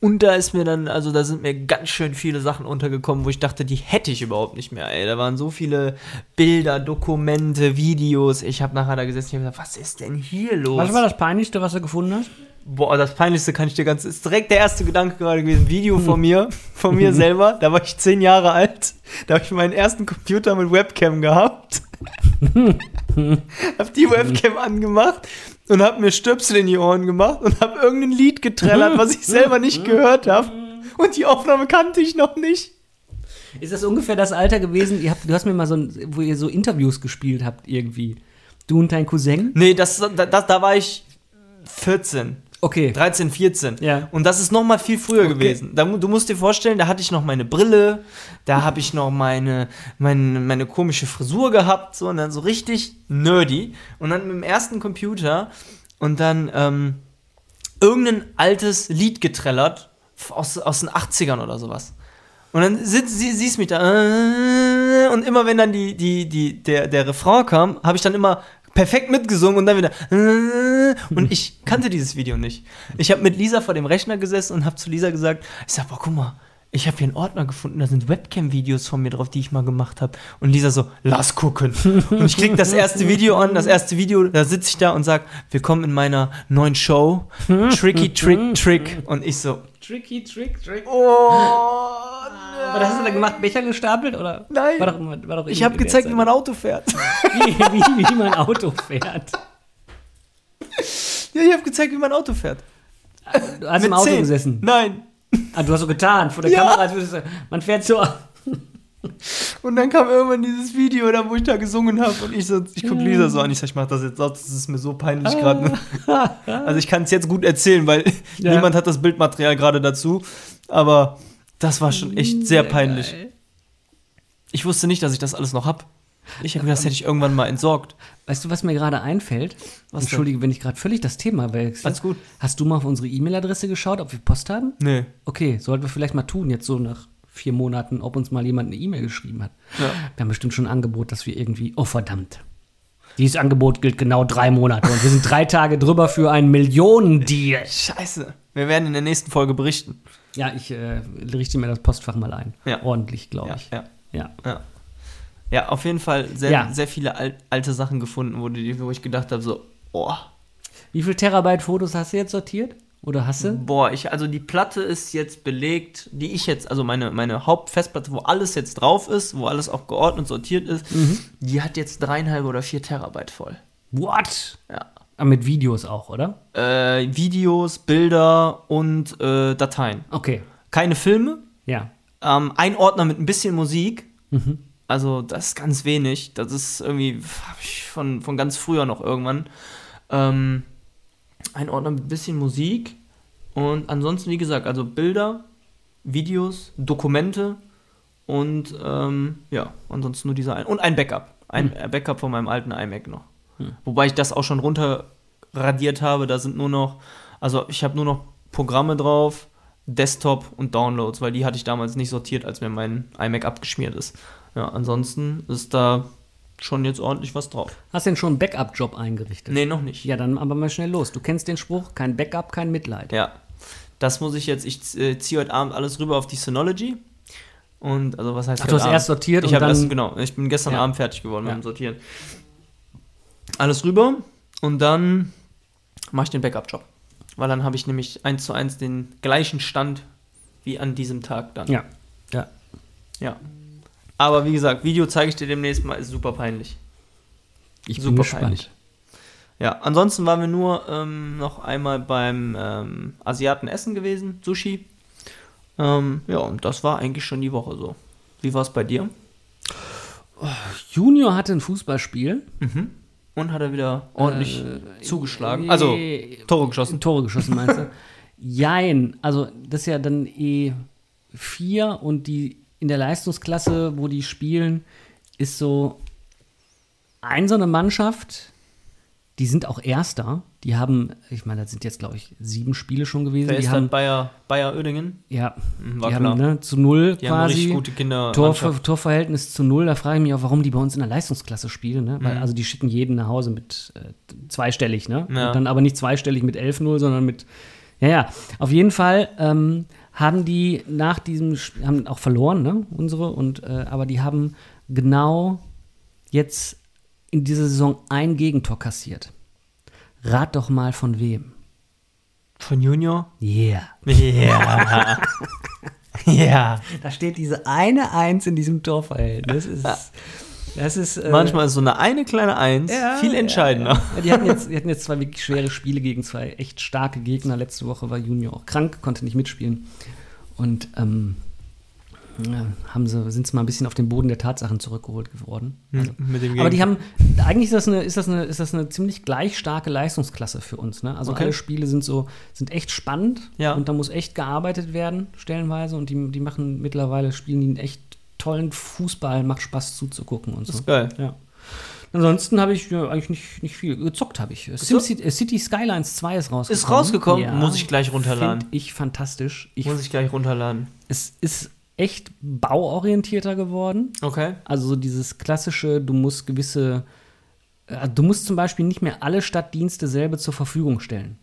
Und da ist mir dann, also da sind mir ganz schön viele Sachen untergekommen, wo ich dachte, die hätte ich überhaupt nicht mehr. Ey, da waren so viele Bilder, Dokumente, Videos. Ich habe nachher da gesessen und hab gesagt, was ist denn hier los? Was war das Peinlichste, was du gefunden hast? boah, das Peinlichste kann ich dir ganz, ist direkt der erste Gedanke gerade gewesen, Video von mir, von mir selber, da war ich zehn Jahre alt, da habe ich meinen ersten Computer mit Webcam gehabt, habe die Webcam angemacht und habe mir Stöpsel in die Ohren gemacht und habe irgendein Lied getrellert, was ich selber nicht gehört habe und die Aufnahme kannte ich noch nicht. Ist das ungefähr das Alter gewesen? Ihr habt, du hast mir mal so ein, wo ihr so Interviews gespielt habt, irgendwie. Du und dein Cousin? Nee, das, da, das, da war ich 14. Okay. 13, 14. Ja. Und das ist noch mal viel früher gewesen. Da, mu- du musst dir vorstellen, da hatte ich noch meine Brille, da habe ich noch meine, meine, meine komische Frisur gehabt, so und dann so richtig nerdy. Und dann mit dem ersten Computer und dann ähm, irgendein altes Lied getrellert f- aus, aus den 80ern oder sowas. Und dann sit, sie, siehst mich da äh, und immer wenn dann die, die, die, der, der Refrain kam, habe ich dann immer perfekt mitgesungen und dann wieder äh, und ich kannte dieses Video nicht. Ich habe mit Lisa vor dem Rechner gesessen und habe zu Lisa gesagt, ich sag, boah, guck mal, ich habe hier einen Ordner gefunden, da sind Webcam-Videos von mir drauf, die ich mal gemacht habe. Und Lisa so, lass gucken. Und ich klicke das erste Video an, das erste Video, da sitze ich da und sag, willkommen in meiner neuen Show, Tricky Trick Trick. Und ich so, Tricky, trick, trick. oh, Aber das hast du dann gemacht, Becher gestapelt oder? Nein. War doch, immer- war doch Ich habe gezeigt, wie man Auto fährt. wie, wie, wie man Auto fährt. ja, ich habe gezeigt, wie man Auto fährt. Du hast im Auto zehn. gesessen. Nein. Ah, du hast so getan vor der Ja. Kamera, als würdest du, man fährt so. Und dann kam irgendwann dieses Video, da wo ich da gesungen habe und ich so, ich guck Lisa so an, ich sag, ich mach das jetzt aus, das ist mir so peinlich Ah. ne? gerade. Also ich kann es jetzt gut erzählen, weil Ja. niemand hat das Bildmaterial gerade dazu, aber das war schon echt sehr peinlich. Ich wusste nicht, dass ich das alles noch hab. Ich habe das hätte ich irgendwann mal entsorgt. Weißt du, was mir gerade einfällt? Was denn? Entschuldige, wenn ich gerade völlig das Thema wechsle. Alles gut. Hast du mal auf unsere E-Mail-Adresse geschaut, ob wir Post haben? Nee. Okay, sollten wir vielleicht mal tun, jetzt so nach vier Monaten, ob uns mal jemand eine E-Mail geschrieben hat. Ja. Wir haben bestimmt schon ein Angebot, dass wir irgendwie, oh verdammt, dieses Angebot gilt genau drei Monate und wir sind drei Tage drüber für einen Millionendeal. Scheiße. Wir werden in der nächsten Folge berichten. Ja, ich äh, richte mir das Postfach mal ein. Ja. Ordentlich, glaube Ja, ich. ja. Ja. Ja. Ja, auf jeden Fall sehr, Ja. sehr viele al alte Sachen gefunden, wo, die, wo ich gedacht habe, so, oh, Wie viel Terabyte Fotos hast du jetzt sortiert? Oder hast du? boah, ich, also die Platte ist jetzt belegt, die ich jetzt, also meine, meine Hauptfestplatte, wo alles jetzt drauf ist, wo alles auch geordnet sortiert ist, die hat jetzt dreieinhalb oder vier Terabyte voll. What? Ja. Ah, mit Videos auch, oder? Äh, Videos, Bilder und äh, Dateien. Okay. Keine Filme, Ja. ähm, ein Ordner mit ein bisschen Musik. Also das ist ganz wenig. Das ist irgendwie hab ich von, von ganz früher noch irgendwann. Ähm, ein Ordner mit ein bisschen Musik. Und ansonsten, wie gesagt, also Bilder, Videos, Dokumente und ähm, ja, ansonsten nur dieser ein. Und ein Backup. Ein Backup von meinem alten iMac noch. Wobei ich das auch schon runterradiert habe. Da sind nur noch, also ich habe nur noch Programme drauf, Desktop und Downloads, weil die hatte ich damals nicht sortiert, als mir mein iMac abgeschmiert ist. Ja, ansonsten ist da schon jetzt ordentlich was drauf. Hast denn schon einen Backup-Job eingerichtet? Nee, noch nicht. Ja, dann aber mal schnell los. Du kennst den Spruch, kein Backup, kein Mitleid. Ja. Das muss ich jetzt, ich äh, ziehe heute Abend alles rüber auf die Synology. Und also was heißt Ach, du heute hast Abend? erst sortiert ich und habe dann- erst, genau, ich bin gestern Ja. Abend fertig geworden Ja. mit dem Sortieren. Alles rüber und dann mache ich den Backup-Job. Weil dann habe ich nämlich eins zu eins den gleichen Stand wie an diesem Tag dann. Ja. ja. Ja. Aber wie gesagt, Video zeige ich dir demnächst mal, ist super peinlich. Ich bin Super gespannt. peinlich. Ja, ansonsten waren wir nur ähm, noch einmal beim ähm, Asiaten essen gewesen, Sushi. Ähm, ja, und das war eigentlich schon die Woche so. Wie war es bei dir? Junior hatte ein Fußballspiel. Und hat er wieder ordentlich zugeschlagen? Mhm. äh, Also, Tore geschossen. Tore geschossen, meinst du? Jein. Also, das ist ja dann E4 und die in der Leistungsklasse, wo die spielen, ist so ein so eine Mannschaft, die sind auch Erster. Die haben, ich meine, das sind jetzt, glaube ich, sieben Spiele schon gewesen. Da die ist haben dann Bayer, Bayer Oedingen. Ja, war die haben klar. ne, zu null Die haben eine quasi. richtig gute Kinder. Tor, Torverhältnis zu null. Da frage ich mich auch, warum die bei uns in der Leistungsklasse spielen. Ne? Weil also die schicken jeden nach Hause mit äh, zweistellig, ne? Ja. Und dann aber nicht zweistellig mit 11-0, sondern mit. Ja, ja. Auf jeden Fall ähm, haben die nach diesem Sp- haben auch verloren, ne? Unsere und äh, aber die haben genau jetzt in dieser Saison ein Gegentor kassiert. Rat doch mal von wem. Von Junior? Yeah. Ja. ja. Da steht diese eine Eins in diesem Torverhältnis. Das ist. Das ist äh, Manchmal ist so eine eine kleine Eins Ja, viel ja, entscheidender. Ja, die, hatten jetzt, die hatten jetzt zwei wirklich schwere Spiele gegen zwei echt starke Gegner. Letzte Woche war Junior auch krank, konnte nicht mitspielen. Und ähm, ja, haben sie, sind sie mal ein bisschen auf den Boden der Tatsachen zurückgeholt geworden. Also, Mit dem aber die Gegner. haben, eigentlich ist das, eine, ist, das eine, ist das eine ziemlich gleich starke Leistungsklasse für uns. Ne? Also Okay. alle Spiele sind so, sind echt spannend Ja. und da muss echt gearbeitet werden, stellenweise. Und die, die machen mittlerweile, spielen die einen echt tollen Fußball, macht Spaß zuzugucken und so. ist geil. Ja. Ansonsten habe ich ja, eigentlich nicht, nicht viel. Gezockt habe ich. SimCity, äh, City Skylines 2 ist rausgekommen. Ist rausgekommen, muss ich gleich runterladen. Find ich fantastisch. Ich, Muss ich gleich runterladen. es ist echt bauorientierter geworden. Okay. Also so dieses klassische, du musst gewisse, äh, du musst zum Beispiel nicht mehr alle Stadtdienste selber zur Verfügung stellen.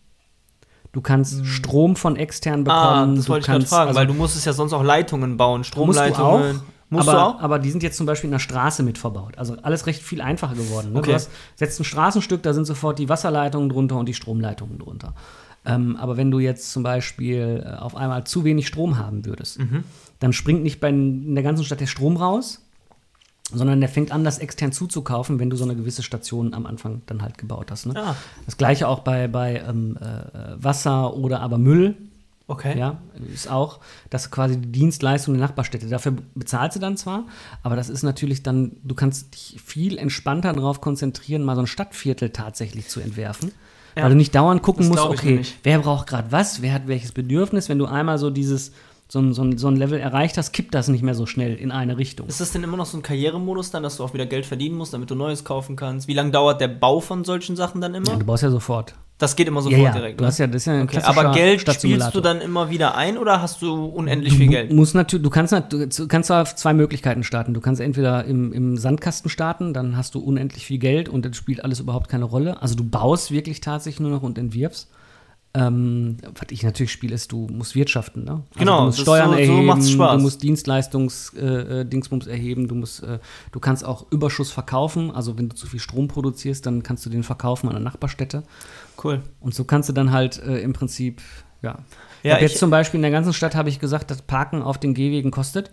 Du kannst Strom von extern bekommen. Hm. ah, das du wollte ich gerade kannst- fragen, also weil du musstest ja sonst auch Leitungen bauen, musst du auch, Stromleitungen. Musst aber, du auch? aber die sind jetzt zum Beispiel in der Straße mit verbaut. Also alles recht viel einfacher geworden. Ne? Okay. Du hast, setzt ein Straßenstück, da sind sofort die Wasserleitungen drunter und die Stromleitungen drunter. Ähm, aber wenn du jetzt zum Beispiel äh, auf einmal zu wenig Strom haben würdest, Mhm. dann springt nicht bei, in der ganzen Stadt der Strom raus, sondern der fängt an, das extern zuzukaufen, wenn du so eine gewisse Station am Anfang dann halt gebaut hast. Ne? Ah. Das gleiche auch bei, bei ähm, äh, Wasser oder aber Müll. Okay. Ja, ist auch, dass quasi die Dienstleistung der Nachbarstädte, dafür bezahlt sie dann zwar, aber das ist natürlich dann, du kannst dich viel entspannter darauf konzentrieren, mal so ein Stadtviertel tatsächlich zu entwerfen. Ja. Weil du nicht dauernd gucken Das musst, glaub ich okay, nämlich. wer braucht gerade was, wer hat welches Bedürfnis, wenn du einmal so dieses, so ein, so, ein, so ein Level erreicht hast, kippt das nicht mehr so schnell in eine Richtung. Ist das denn immer noch so ein Karrieremodus dann, dass du auch wieder Geld verdienen musst, damit du Neues kaufen kannst? Wie lange dauert der Bau von solchen Sachen dann immer? Ja, du baust ja sofort. Das geht immer Ja, sofort ja, direkt. du ne? hast ja, das ist ja ein okay. klassischer Aber Geld spielst du Stadtsimulator. dann immer wieder ein oder hast du unendlich viel du Geld? Musst natürlich, du kannst, nat- du kannst auf zwei Möglichkeiten starten. Du kannst entweder im, im Sandkasten starten, dann hast du unendlich viel Geld und dann spielt alles überhaupt keine Rolle. Also du baust wirklich tatsächlich nur noch und entwirfst. Ähm, was ich natürlich spiele, ist, du musst wirtschaften. Ne? Also Genau, du musst das- Steuern so- so erheben, macht's Spaß. du musst Dienstleistungsdingsbums äh, Dingsbums erheben, du musst, äh, du kannst auch Überschuss verkaufen. Also wenn du zu viel Strom produzierst, dann kannst du den verkaufen an eine Nachbarstätte. Cool. Und so kannst du dann halt äh, im Prinzip, ja. Ich Ja, hab jetzt ich- zum Beispiel in der ganzen Stadt habe ich gesagt, dass Parken auf den Gehwegen kostet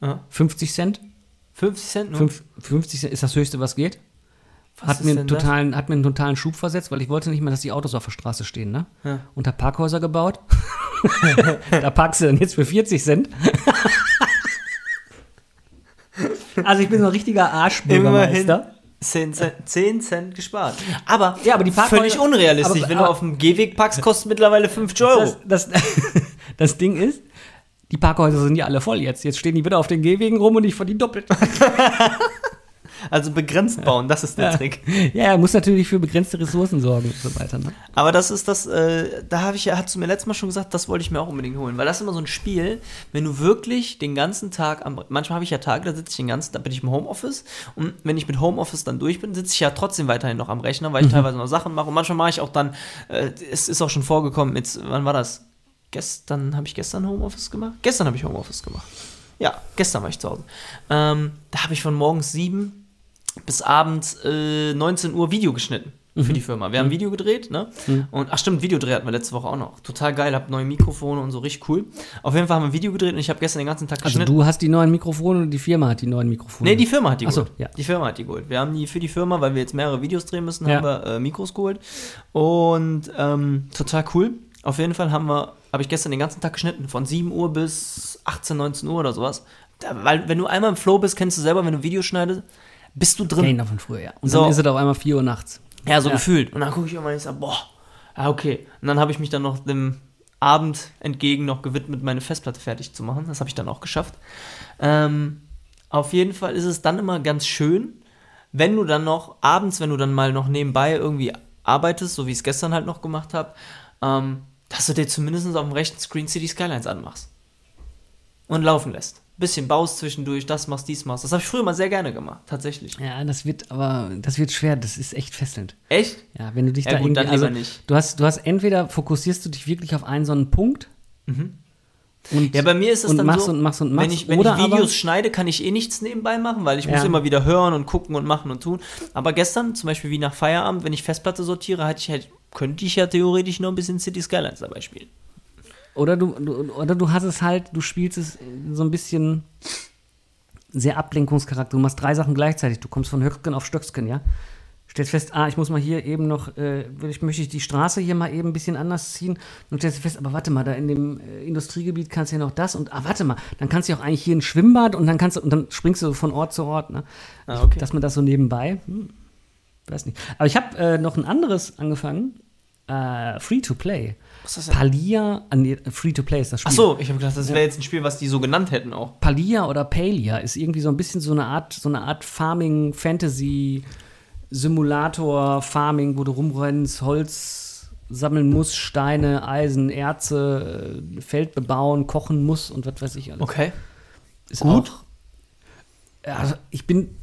Ja. 50 Cent. 50 Cent nur? Fünf, 50 Cent ist das höchste, was geht. Was hat, ist mir denn einen totalen, hat mir einen totalen Schub versetzt, weil ich wollte nicht mehr, dass die Autos auf der Straße stehen, ne? Ja. Und hab Parkhäuser gebaut. da parkst du dann jetzt für 40 Cent. also ich bin so ein richtiger Arschbürgermeister. 10 Cent, 10 Cent gespart. Aber, Ja, aber die Parkhäuser- völlig unrealistisch. aber- Wenn aber- du auf dem Gehweg packst, kostet mittlerweile 50 Euro. Das, das, das Ding ist, die Parkhäuser sind ja alle voll jetzt. Jetzt stehen die wieder auf den Gehwegen rum und ich verdiene doppelt. also begrenzt bauen, das ist der Ja. Trick. Ja, er muss natürlich für begrenzte Ressourcen sorgen und so weiter. Ne? Aber das ist das, äh, da habe ich ja, hast du mir letztes Mal schon gesagt, das wollte ich mir auch unbedingt holen, weil das ist immer so ein Spiel, wenn du wirklich den ganzen Tag am, manchmal habe ich ja Tage, da sitze ich den ganzen, da bin ich im Homeoffice und wenn ich mit Homeoffice dann durch bin, sitze ich ja trotzdem weiterhin noch am Rechner, weil ich teilweise noch Sachen mache und manchmal mache ich auch dann, äh, es ist auch schon vorgekommen, jetzt, wann war das? Gestern, habe ich gestern Homeoffice gemacht? Gestern habe ich Homeoffice gemacht. Ja, gestern war ich zu Hause. Ähm, da habe ich von morgens sieben bis abends äh, 19 Uhr Video geschnitten Mhm. für die Firma. Wir haben Video gedreht, ne? Und ach stimmt, Videodreh hatten wir letzte Woche auch noch. Total geil, hab neue Mikrofone und so richtig cool. Auf jeden Fall haben wir Video gedreht und ich habe gestern den ganzen Tag Also geschnitten. du hast die neuen Mikrofone und die Firma hat die neuen Mikrofone. Nee, die Firma hat die Ach so, geholt. ja. Die Firma hat die geholt. Wir haben die für die Firma, weil wir jetzt mehrere Videos drehen müssen, Ja. haben wir äh, Mikros geholt. Und ähm, total cool. Auf jeden Fall haben wir, habe ich gestern den ganzen Tag geschnitten, von 7 Uhr bis 18, 19 Uhr oder sowas. Da, weil wenn du einmal im Flow bist, kennst du selber, wenn du Videos schneidest, bist du drin. Kennen davon früher, ja. Und So. dann ist es auf einmal 4 Uhr nachts. Ja, so Ja. gefühlt. Und dann gucke ich immer und ich sage, boah, ja, okay. Und dann habe ich mich dann noch dem Abend entgegen noch gewidmet, meine Festplatte fertig zu machen. Das habe ich dann auch geschafft. Ähm, auf jeden Fall ist es dann immer ganz schön, wenn du dann noch abends, wenn du dann mal noch nebenbei irgendwie arbeitest, so wie ich es gestern halt noch gemacht habe, ähm, dass du dir zumindest auf dem rechten Screen City Skylines anmachst und laufen lässt. Bisschen baust zwischendurch, das machst, dies machst. Das habe ich früher mal sehr gerne gemacht, tatsächlich. Ja, das wird aber, das wird schwer, das ist echt fesselnd. Echt? Ja, wenn du dich Ja, da gut, irgendwie, dann lieber also nicht. du hast, du hast entweder fokussierst du dich wirklich auf einen so einen Punkt Mhm. und Ja, bei mir ist es und dann machst so, und machst und wenn machst, ich, wenn oder ich aber- Videos schneide, kann ich eh nichts nebenbei machen, weil ich muss Ja. immer wieder hören und gucken und machen und tun. Aber gestern, zum Beispiel wie nach Feierabend, wenn ich Festplatte sortiere, hatte ich halt könnte ich ja theoretisch noch ein bisschen City Skylines dabei spielen. Oder du, du, oder du hast es halt, du spielst es so ein bisschen sehr Ablenkungscharakter. Du machst drei Sachen gleichzeitig. Du kommst von Höchstgen auf Stöcksken, ja? Stellst fest, ah, ich muss mal hier eben noch, äh, will ich, möchte ich die Straße hier mal eben ein bisschen anders ziehen. Und stellst fest, aber warte mal, da in dem äh, Industriegebiet kannst du ja noch das und, ah, warte mal, dann kannst du ja auch eigentlich hier ein Schwimmbad und dann kannst du, und dann springst du von Ort zu Ort, ne? Ah, okay. Dass man das so nebenbei, hm, weiß nicht. Aber ich habe äh, noch ein anderes angefangen, äh, Free to Play. Was ist das denn? Palia, ah, nee, Free to Play ist das Spiel. Ach so, ich habe gedacht, das wäre jetzt ein Spiel, was die so genannt hätten auch. Palia oder Palia ist irgendwie so ein bisschen so eine Art, so eine Art Farming, Fantasy, Simulator, Farming, wo du rumrennst, Holz sammeln musst, Steine, Eisen, Erze, äh, Feld bebauen, kochen musst und was weiß ich alles. Okay. Ist gut. Auch, also ich bin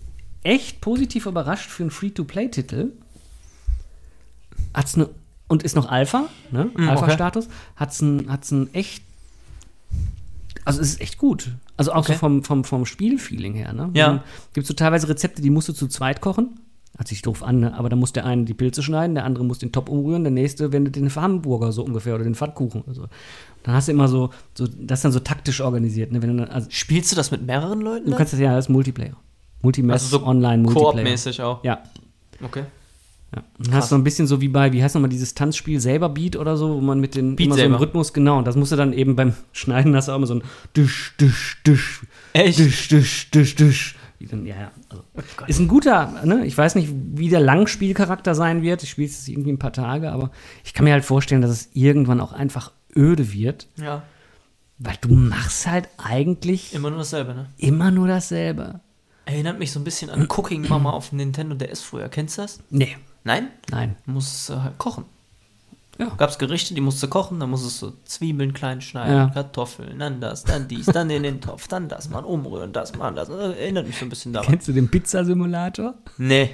echt positiv überrascht für einen Free-to-Play-Titel. Hat's ne, und ist noch Alpha, ne? Mhm. okay. Alpha-Status. Hat's ein, hat's ein echt. Also es ist echt gut. Also auch so Okay. vom, vom, vom Spielfeeling her, ne? Ja. Gibt so teilweise Rezepte, die musst du zu zweit kochen. Hat sich doof an, ne? aber da muss der eine die Pilze schneiden, der andere muss den Topf umrühren, der nächste wendet den Hamburger so ungefähr oder den Pfannkuchen. oder so. Dann hast du immer so, so das ist dann so taktisch organisiert. Ne? Wenn du, dann, also, Spielst du das mit mehreren Leuten? du kannst das ja als Multiplayer. Multimass, Ne? Also so online Multiplayer. Koop-mäßig auch. Ja. Okay. ja. Und hast so ein bisschen so wie bei, wie heißt nochmal dieses Tanzspiel, selber Beat oder so, wo man mit den Beat immer so selber. im Rhythmus, genau, und das musst du dann eben beim Schneiden hast du auch immer so ein Düsch, Düsch, Düsch. Echt? Oh Düsch, Düsch, Düsch, Düsch. Wie dann- Ja, ja. Also, ist ein guter, ne? Ich weiß nicht, wie der Langspielcharakter sein wird. Ich spiele es irgendwie ein paar Tage, aber ich kann mir halt vorstellen, dass es irgendwann auch einfach öde wird, Ja. weil du machst halt eigentlich immer, Immer nur dasselbe, ne? nur dasselbe. Erinnert mich so ein bisschen an Cooking Mama auf dem Nintendo DS früher. Kennst du das? Nee, Nein? nein. Muss äh, halt kochen. Ja. Gab es Gerichte, die musste kochen, dann musstest du Zwiebeln klein schneiden, Ja. Kartoffeln, dann das, dann dies, dann in den Topf, dann das, mal umrühren, das, mal das. Äh, Erinnert mich so ein bisschen daran. Kennst du den Pizzasimulator? Nee.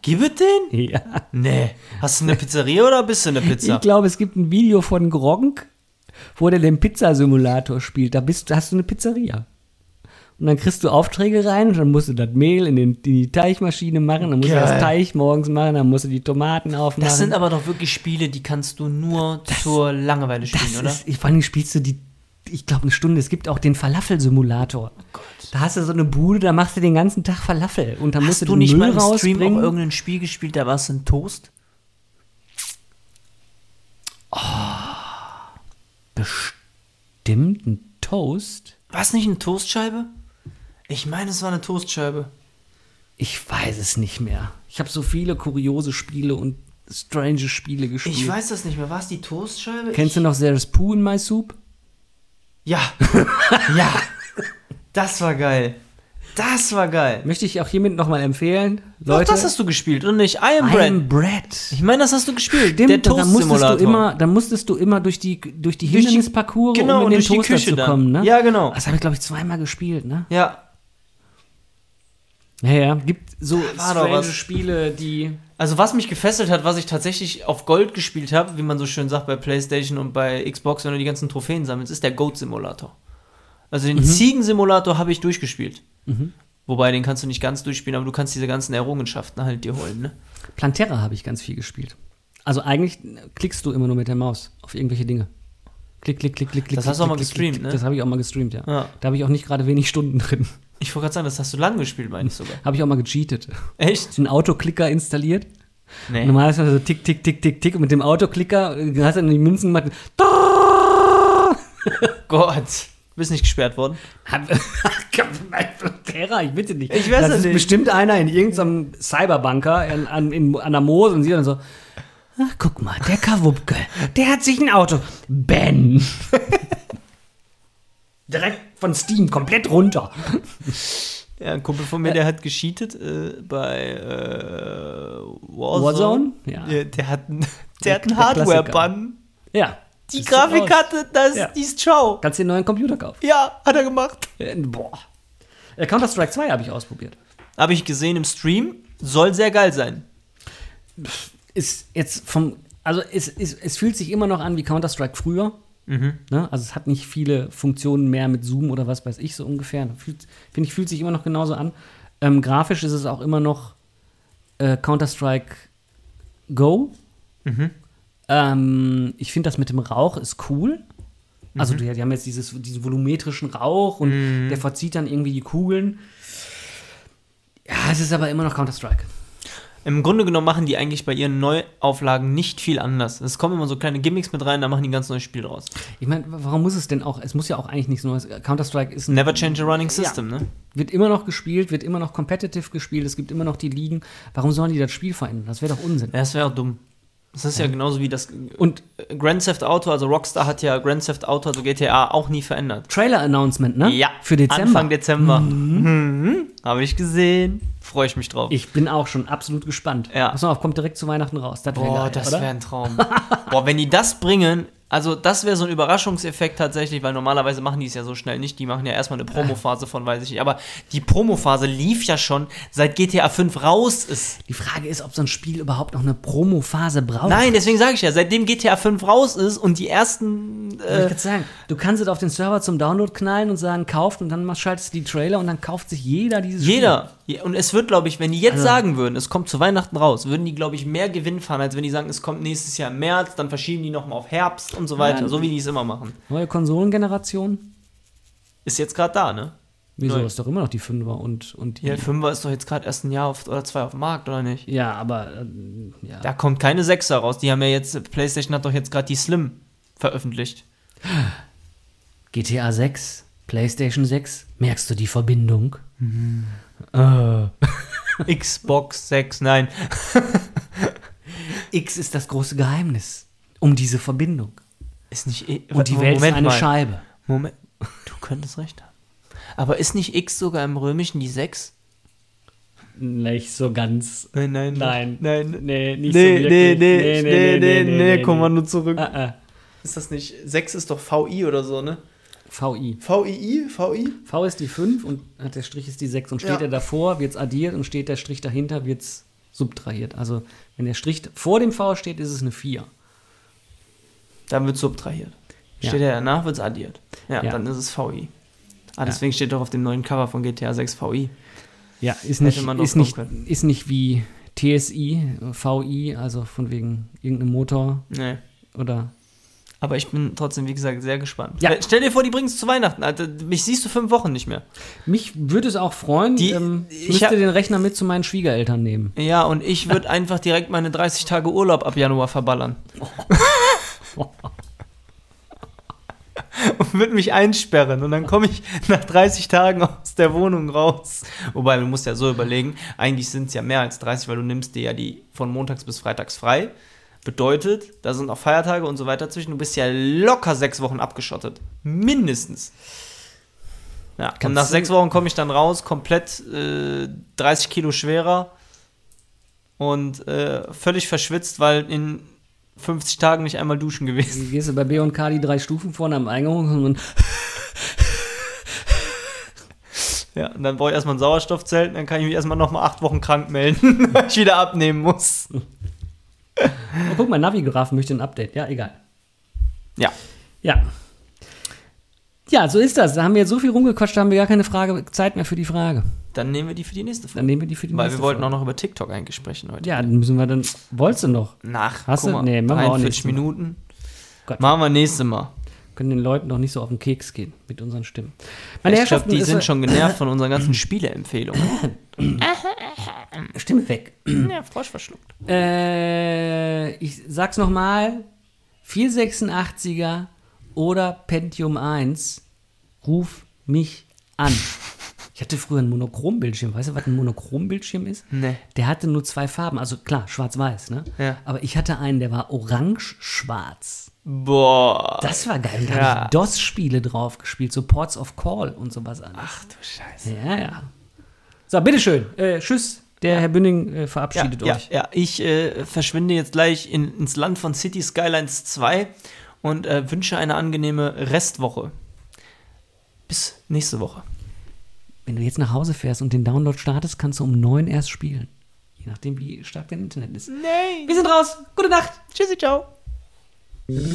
Gib es den? Ja. Nee. Hast du eine Pizzeria oder bist du eine Pizza? Ich glaube, es gibt ein Video von Gronk, wo der den Pizzasimulator spielt. Da bist, da hast du eine Pizzeria. Und dann kriegst du Aufträge rein und dann musst du das Mehl in, den, in die Teichmaschine machen, dann musst du Geil. das Teig morgens machen, dann musst du die Tomaten aufmachen. Das sind aber doch wirklich Spiele, die kannst du nur zur Langeweile das spielen, oder? Ist, ich, vor allem spielst du die, ich glaube, eine Stunde. Es gibt auch den Falafelsimulator. Oh Da hast du so eine Bude, da machst du den ganzen Tag Falafel. Und dann Hast musst du, du den nicht mal im Müll Stream auch rausbringen. irgendein Spiel gespielt, da warst du ein Toast? Bestimmt ein Toast? War es nicht eine Toastscheibe? Ich meine, es war eine Toastscheibe. Ich weiß es nicht mehr. Ich habe so viele kuriose Spiele und strange Spiele gespielt. Ich weiß das nicht mehr. War es die Toastscheibe? Kennst du noch There's Poo in My Soup? Ja. ja. Das war geil. Das war geil. Möchte ich auch hiermit nochmal empfehlen. Doch, Leute, das hast du gespielt und nicht I am Bread. I'm Bread. Ich meine, das hast du gespielt. der Stimmt, da musstest du Toast-Simulator. immer, da musstest du immer durch die, durch die Durch die- Hindernisparcours, genau, um in den durch die Toaster Küche zu dann. kommen, ne? Ja, genau. Das habe ich, glaube ich, zweimal gespielt, ne? Ja, Ja, ja. Gibt so war doch strange was. Spiele, die. Also was mich gefesselt hat, was ich tatsächlich auf Gold gespielt habe, wie man so schön sagt bei PlayStation und bei Xbox, wenn du die ganzen Trophäen sammelst, ist der Goat-Simulator. Also Mhm. den Ziegen-Simulator habe ich durchgespielt. Wobei, den kannst du nicht ganz durchspielen, aber du kannst diese ganzen Errungenschaften halt dir holen, ne? Plantera habe ich ganz viel gespielt. Also eigentlich klickst du immer nur mit der Maus auf irgendwelche Dinge. Klick, klick, klick, klick, klick. Das klick, hast du auch klick, mal klick, gestreamt, klick. ne? Das habe ich auch mal gestreamt, ja. Ja. Da habe ich auch nicht gerade wenig Stunden drin. Ich wollte gerade sagen, das hast du lang gespielt, meine ich sogar. Habe ich auch mal gecheatet. Echt? Einen Autoklicker installiert. Nee. Normalerweise so tick, tick, tick, tick, tick. Und mit dem Autoklicker äh, hast du dann die Münzen gemacht. Gott. Bist nicht gesperrt worden. Hat- Mein Plantera, ich bitte nicht. Ich weiß das es ist nicht. bestimmt einer in irgendeinem Cyberbanker in, an, in, an der Moos und sieht dann so, ach, guck mal, der Kawupke, der hat sich ein Auto. Ben. Direkt von Steam, komplett runter. Ja, ein Kumpel von mir, der hat gescheatet äh, bei äh, Warzone? Warzone. Ja. Der, der hat einen der hat einen Der Klassiker. Hardware-Bann. Ja. Die Bist du raus. Grafikkarte, das, Ja. die ist ciao. Kannst dir einen neuen Computer kaufen. Ja, hat er gemacht. Äh, Boah. Äh, Counter-Strike 2 habe ich ausprobiert. Habe ich gesehen im Stream. Soll sehr geil sein. ist jetzt vom, also es, es, es fühlt sich immer noch an wie Counter-Strike früher. Ne? Also es hat nicht viele Funktionen mehr mit Zoom oder was weiß ich so ungefähr. Fühlt- Finde ich, fühlt sich immer noch genauso an. Ähm, grafisch ist es auch immer noch äh, Counter-Strike Go. Ähm, ich finde das mit dem Rauch ist cool. Also die, die haben jetzt dieses, diesen volumetrischen Rauch und der verzieht dann irgendwie die Kugeln. Ja, es ist aber immer noch Counter-Strike. Im Grunde genommen machen die eigentlich bei ihren Neuauflagen nicht viel anders. Es kommen immer so kleine Gimmicks mit rein, da machen die ein ganz neues Spiel draus. Ich meine, warum muss es denn auch? Es muss ja auch eigentlich nichts Neues. Counter-Strike ist ein Never change a running system, ne? wird immer noch gespielt, wird immer noch competitive gespielt, es gibt immer noch die Ligen. Warum sollen die das Spiel verändern? Das wäre doch Unsinn. Ja, das wäre auch dumm. Das ist ja genauso wie das Und Grand Theft Auto, also Rockstar hat ja Grand Theft Auto, also GTA, auch nie verändert. Trailer-Announcement, ne? Ja, Für Dezember. Anfang Dezember. Mhm. Habe ich gesehen. Freue ich mich drauf. Ich bin auch schon absolut gespannt. Ja. Pass mal auf, kommt direkt zu Weihnachten raus. Das wäre Boah, geil, das oder? wäre ein Traum. Boah, wenn die das bringen, also das wäre so ein Überraschungseffekt tatsächlich, weil normalerweise machen die es ja so schnell nicht. Die machen ja erstmal eine Promophase von, weiß ich nicht. Aber die Promophase lief ja schon seit GTA 5 raus ist. die Frage ist, ob so ein Spiel überhaupt noch eine Promo-Phase braucht. Nein, deswegen sage ich ja, seitdem GTA 5 raus ist und die ersten. Wollte ich Äh, grad sagen, du kannst es auf den Server zum Download knallen und sagen, kauft und dann machst- schaltest du die Trailer und dann kauft sich jeder dieses jeder. Je- Und es wird, glaube ich, wenn die jetzt sagen würden, es kommt zu Weihnachten raus, würden die, glaube ich, mehr Gewinn fahren, als wenn die sagen, es kommt nächstes Jahr im März, dann verschieben die nochmal auf Herbst und so weiter, Ja. so wie die es immer machen. Spiel. Neue Konsolengeneration. Ist jetzt gerade da, ne? Wieso Neu. ist doch immer noch die Fünfer und, und die. Ja, 5er ist doch jetzt gerade erst ein Jahr auf, oder zwei auf dem Markt, oder nicht? Ja, aber ähm, ja. Da kommt keine 6er raus. Die haben ja jetzt, PlayStation hat doch jetzt gerade die Slim veröffentlicht. GTA 6, PlayStation 6, merkst du die Verbindung? Äh, Xbox 6, nein. X ist das große Geheimnis um diese Verbindung. Ist nicht. eh- Und die Welt Moment ist eine mal. Scheibe. Moment. Du könntest recht haben. Aber ist nicht X sogar im Römischen die 6? Nicht so ganz. Nein, nein, Nein. Nein. Nee, Nee, nee, nicht so nee, wirklich. nee, nee, nee, nee, komm mal nee. nur zurück. Ah, ah. Ist das nicht. 6 ist doch VI oder so, ne? VI. VII? VI? V ist die 5 und hat der Strich ist die 6 und steht Ja. er davor, wird es addiert und steht der Strich dahinter, wird es subtrahiert. Also wenn der Strich vor dem V steht, ist es eine 4. Dann wird subtrahiert. Ja. Steht ja danach, wird es addiert. Ja, Ja. dann ist es VI. Ah, deswegen steht doch auf dem neuen Cover von GTA 6 VI. Ja, ist nicht, man noch ist nicht, drauf ist nicht wie TSI, äh, VI, also von wegen irgendeinem Motor Nee. oder. Aber ich bin trotzdem, wie gesagt, sehr gespannt. Ja. Äh, Stell dir vor, die bringen es zu Weihnachten. Alter, mich siehst du fünf Wochen nicht mehr. Mich würde es auch freuen, Die- ähm, ich ich müsste hab- den Rechner mit zu meinen Schwiegereltern nehmen. Ja, und ich würde einfach direkt meine 30 Tage Urlaub ab Januar verballern. und würde mich einsperren. Und dann komme ich nach 30 Tagen aus der Wohnung raus. Wobei, du musst ja so überlegen, eigentlich sind es ja mehr als 30, weil du nimmst dir ja die von montags bis freitags frei. Bedeutet, da sind auch Feiertage und so weiter zwischen. Du bist ja locker sechs Wochen abgeschottet. Mindestens. Ja, und Kannst nach du- sechs Wochen komme ich dann raus, komplett äh, 30 Kilo schwerer und äh, völlig verschwitzt, weil in 50 Tagen nicht einmal duschen gewesen. Du gehst du bei B&K die drei Stufen vorne am Eingang und Ja, und dann brauche ich erstmal ein Sauerstoffzelt und dann kann ich mich erstmal nochmal acht Wochen krank melden, weil ich wieder abnehmen muss. oh, guck mal, Navigraph möchte ein Update. Ja, egal. Ja. Ja. Ja, so ist das. Da haben wir jetzt so viel rumgequatscht, da haben wir gar keine Frage, Zeit mehr für die Frage. Dann nehmen wir die für die nächste Folge. Dann nehmen wir die für die weil nächste wir wollten Folge. auch noch über TikTok eigentlich sprechen heute. Ja, dann müssen wir dann. Wolltest du noch? Nach, Hast du? Nee, machen wir auch 43 nächstes Mal. Minuten. Gott. Machen wir nächste Mal. Können den Leuten doch nicht so auf den Keks gehen mit unseren Stimmen. Meine Ich glaube, Herrschaften, die ist- sind schon genervt von unseren ganzen Spieleempfehlungen. Stimme weg. ja, Frosch verschluckt. Äh, ich sag's nochmal: 486er oder Pentium 1, ruf mich an. Ich hatte früher einen Monochrombildschirm. Weißt du, was ein Monochrombildschirm ist? Nee. Der hatte nur zwei Farben. Also klar, schwarz-weiß, ne? Ja. Aber ich hatte einen, der war orange-schwarz. Boah. Das war geil. Da Ja. hab ich DOS-Spiele drauf gespielt, so Ports of Call und sowas an. Ach du Scheiße. Ja, ja. So, bitteschön. Äh, tschüss. Der Herr Bünding äh, verabschiedet ja, euch. Ja, ja. ich äh, verschwinde jetzt gleich in, ins Land von City Skylines 2 und äh, wünsche eine angenehme Restwoche. Bis nächste Woche. Wenn du jetzt nach Hause fährst und den Download startest, kannst du um neun erst spielen. Je nachdem, wie stark dein Internet ist. Nee. Wir sind raus. Gute Nacht. Tschüssi, ciao. Jetzt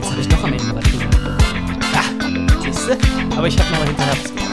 habe ich doch am Ende was gesagt. Siehste? Aber ich habe nochmal hinterher was gemacht.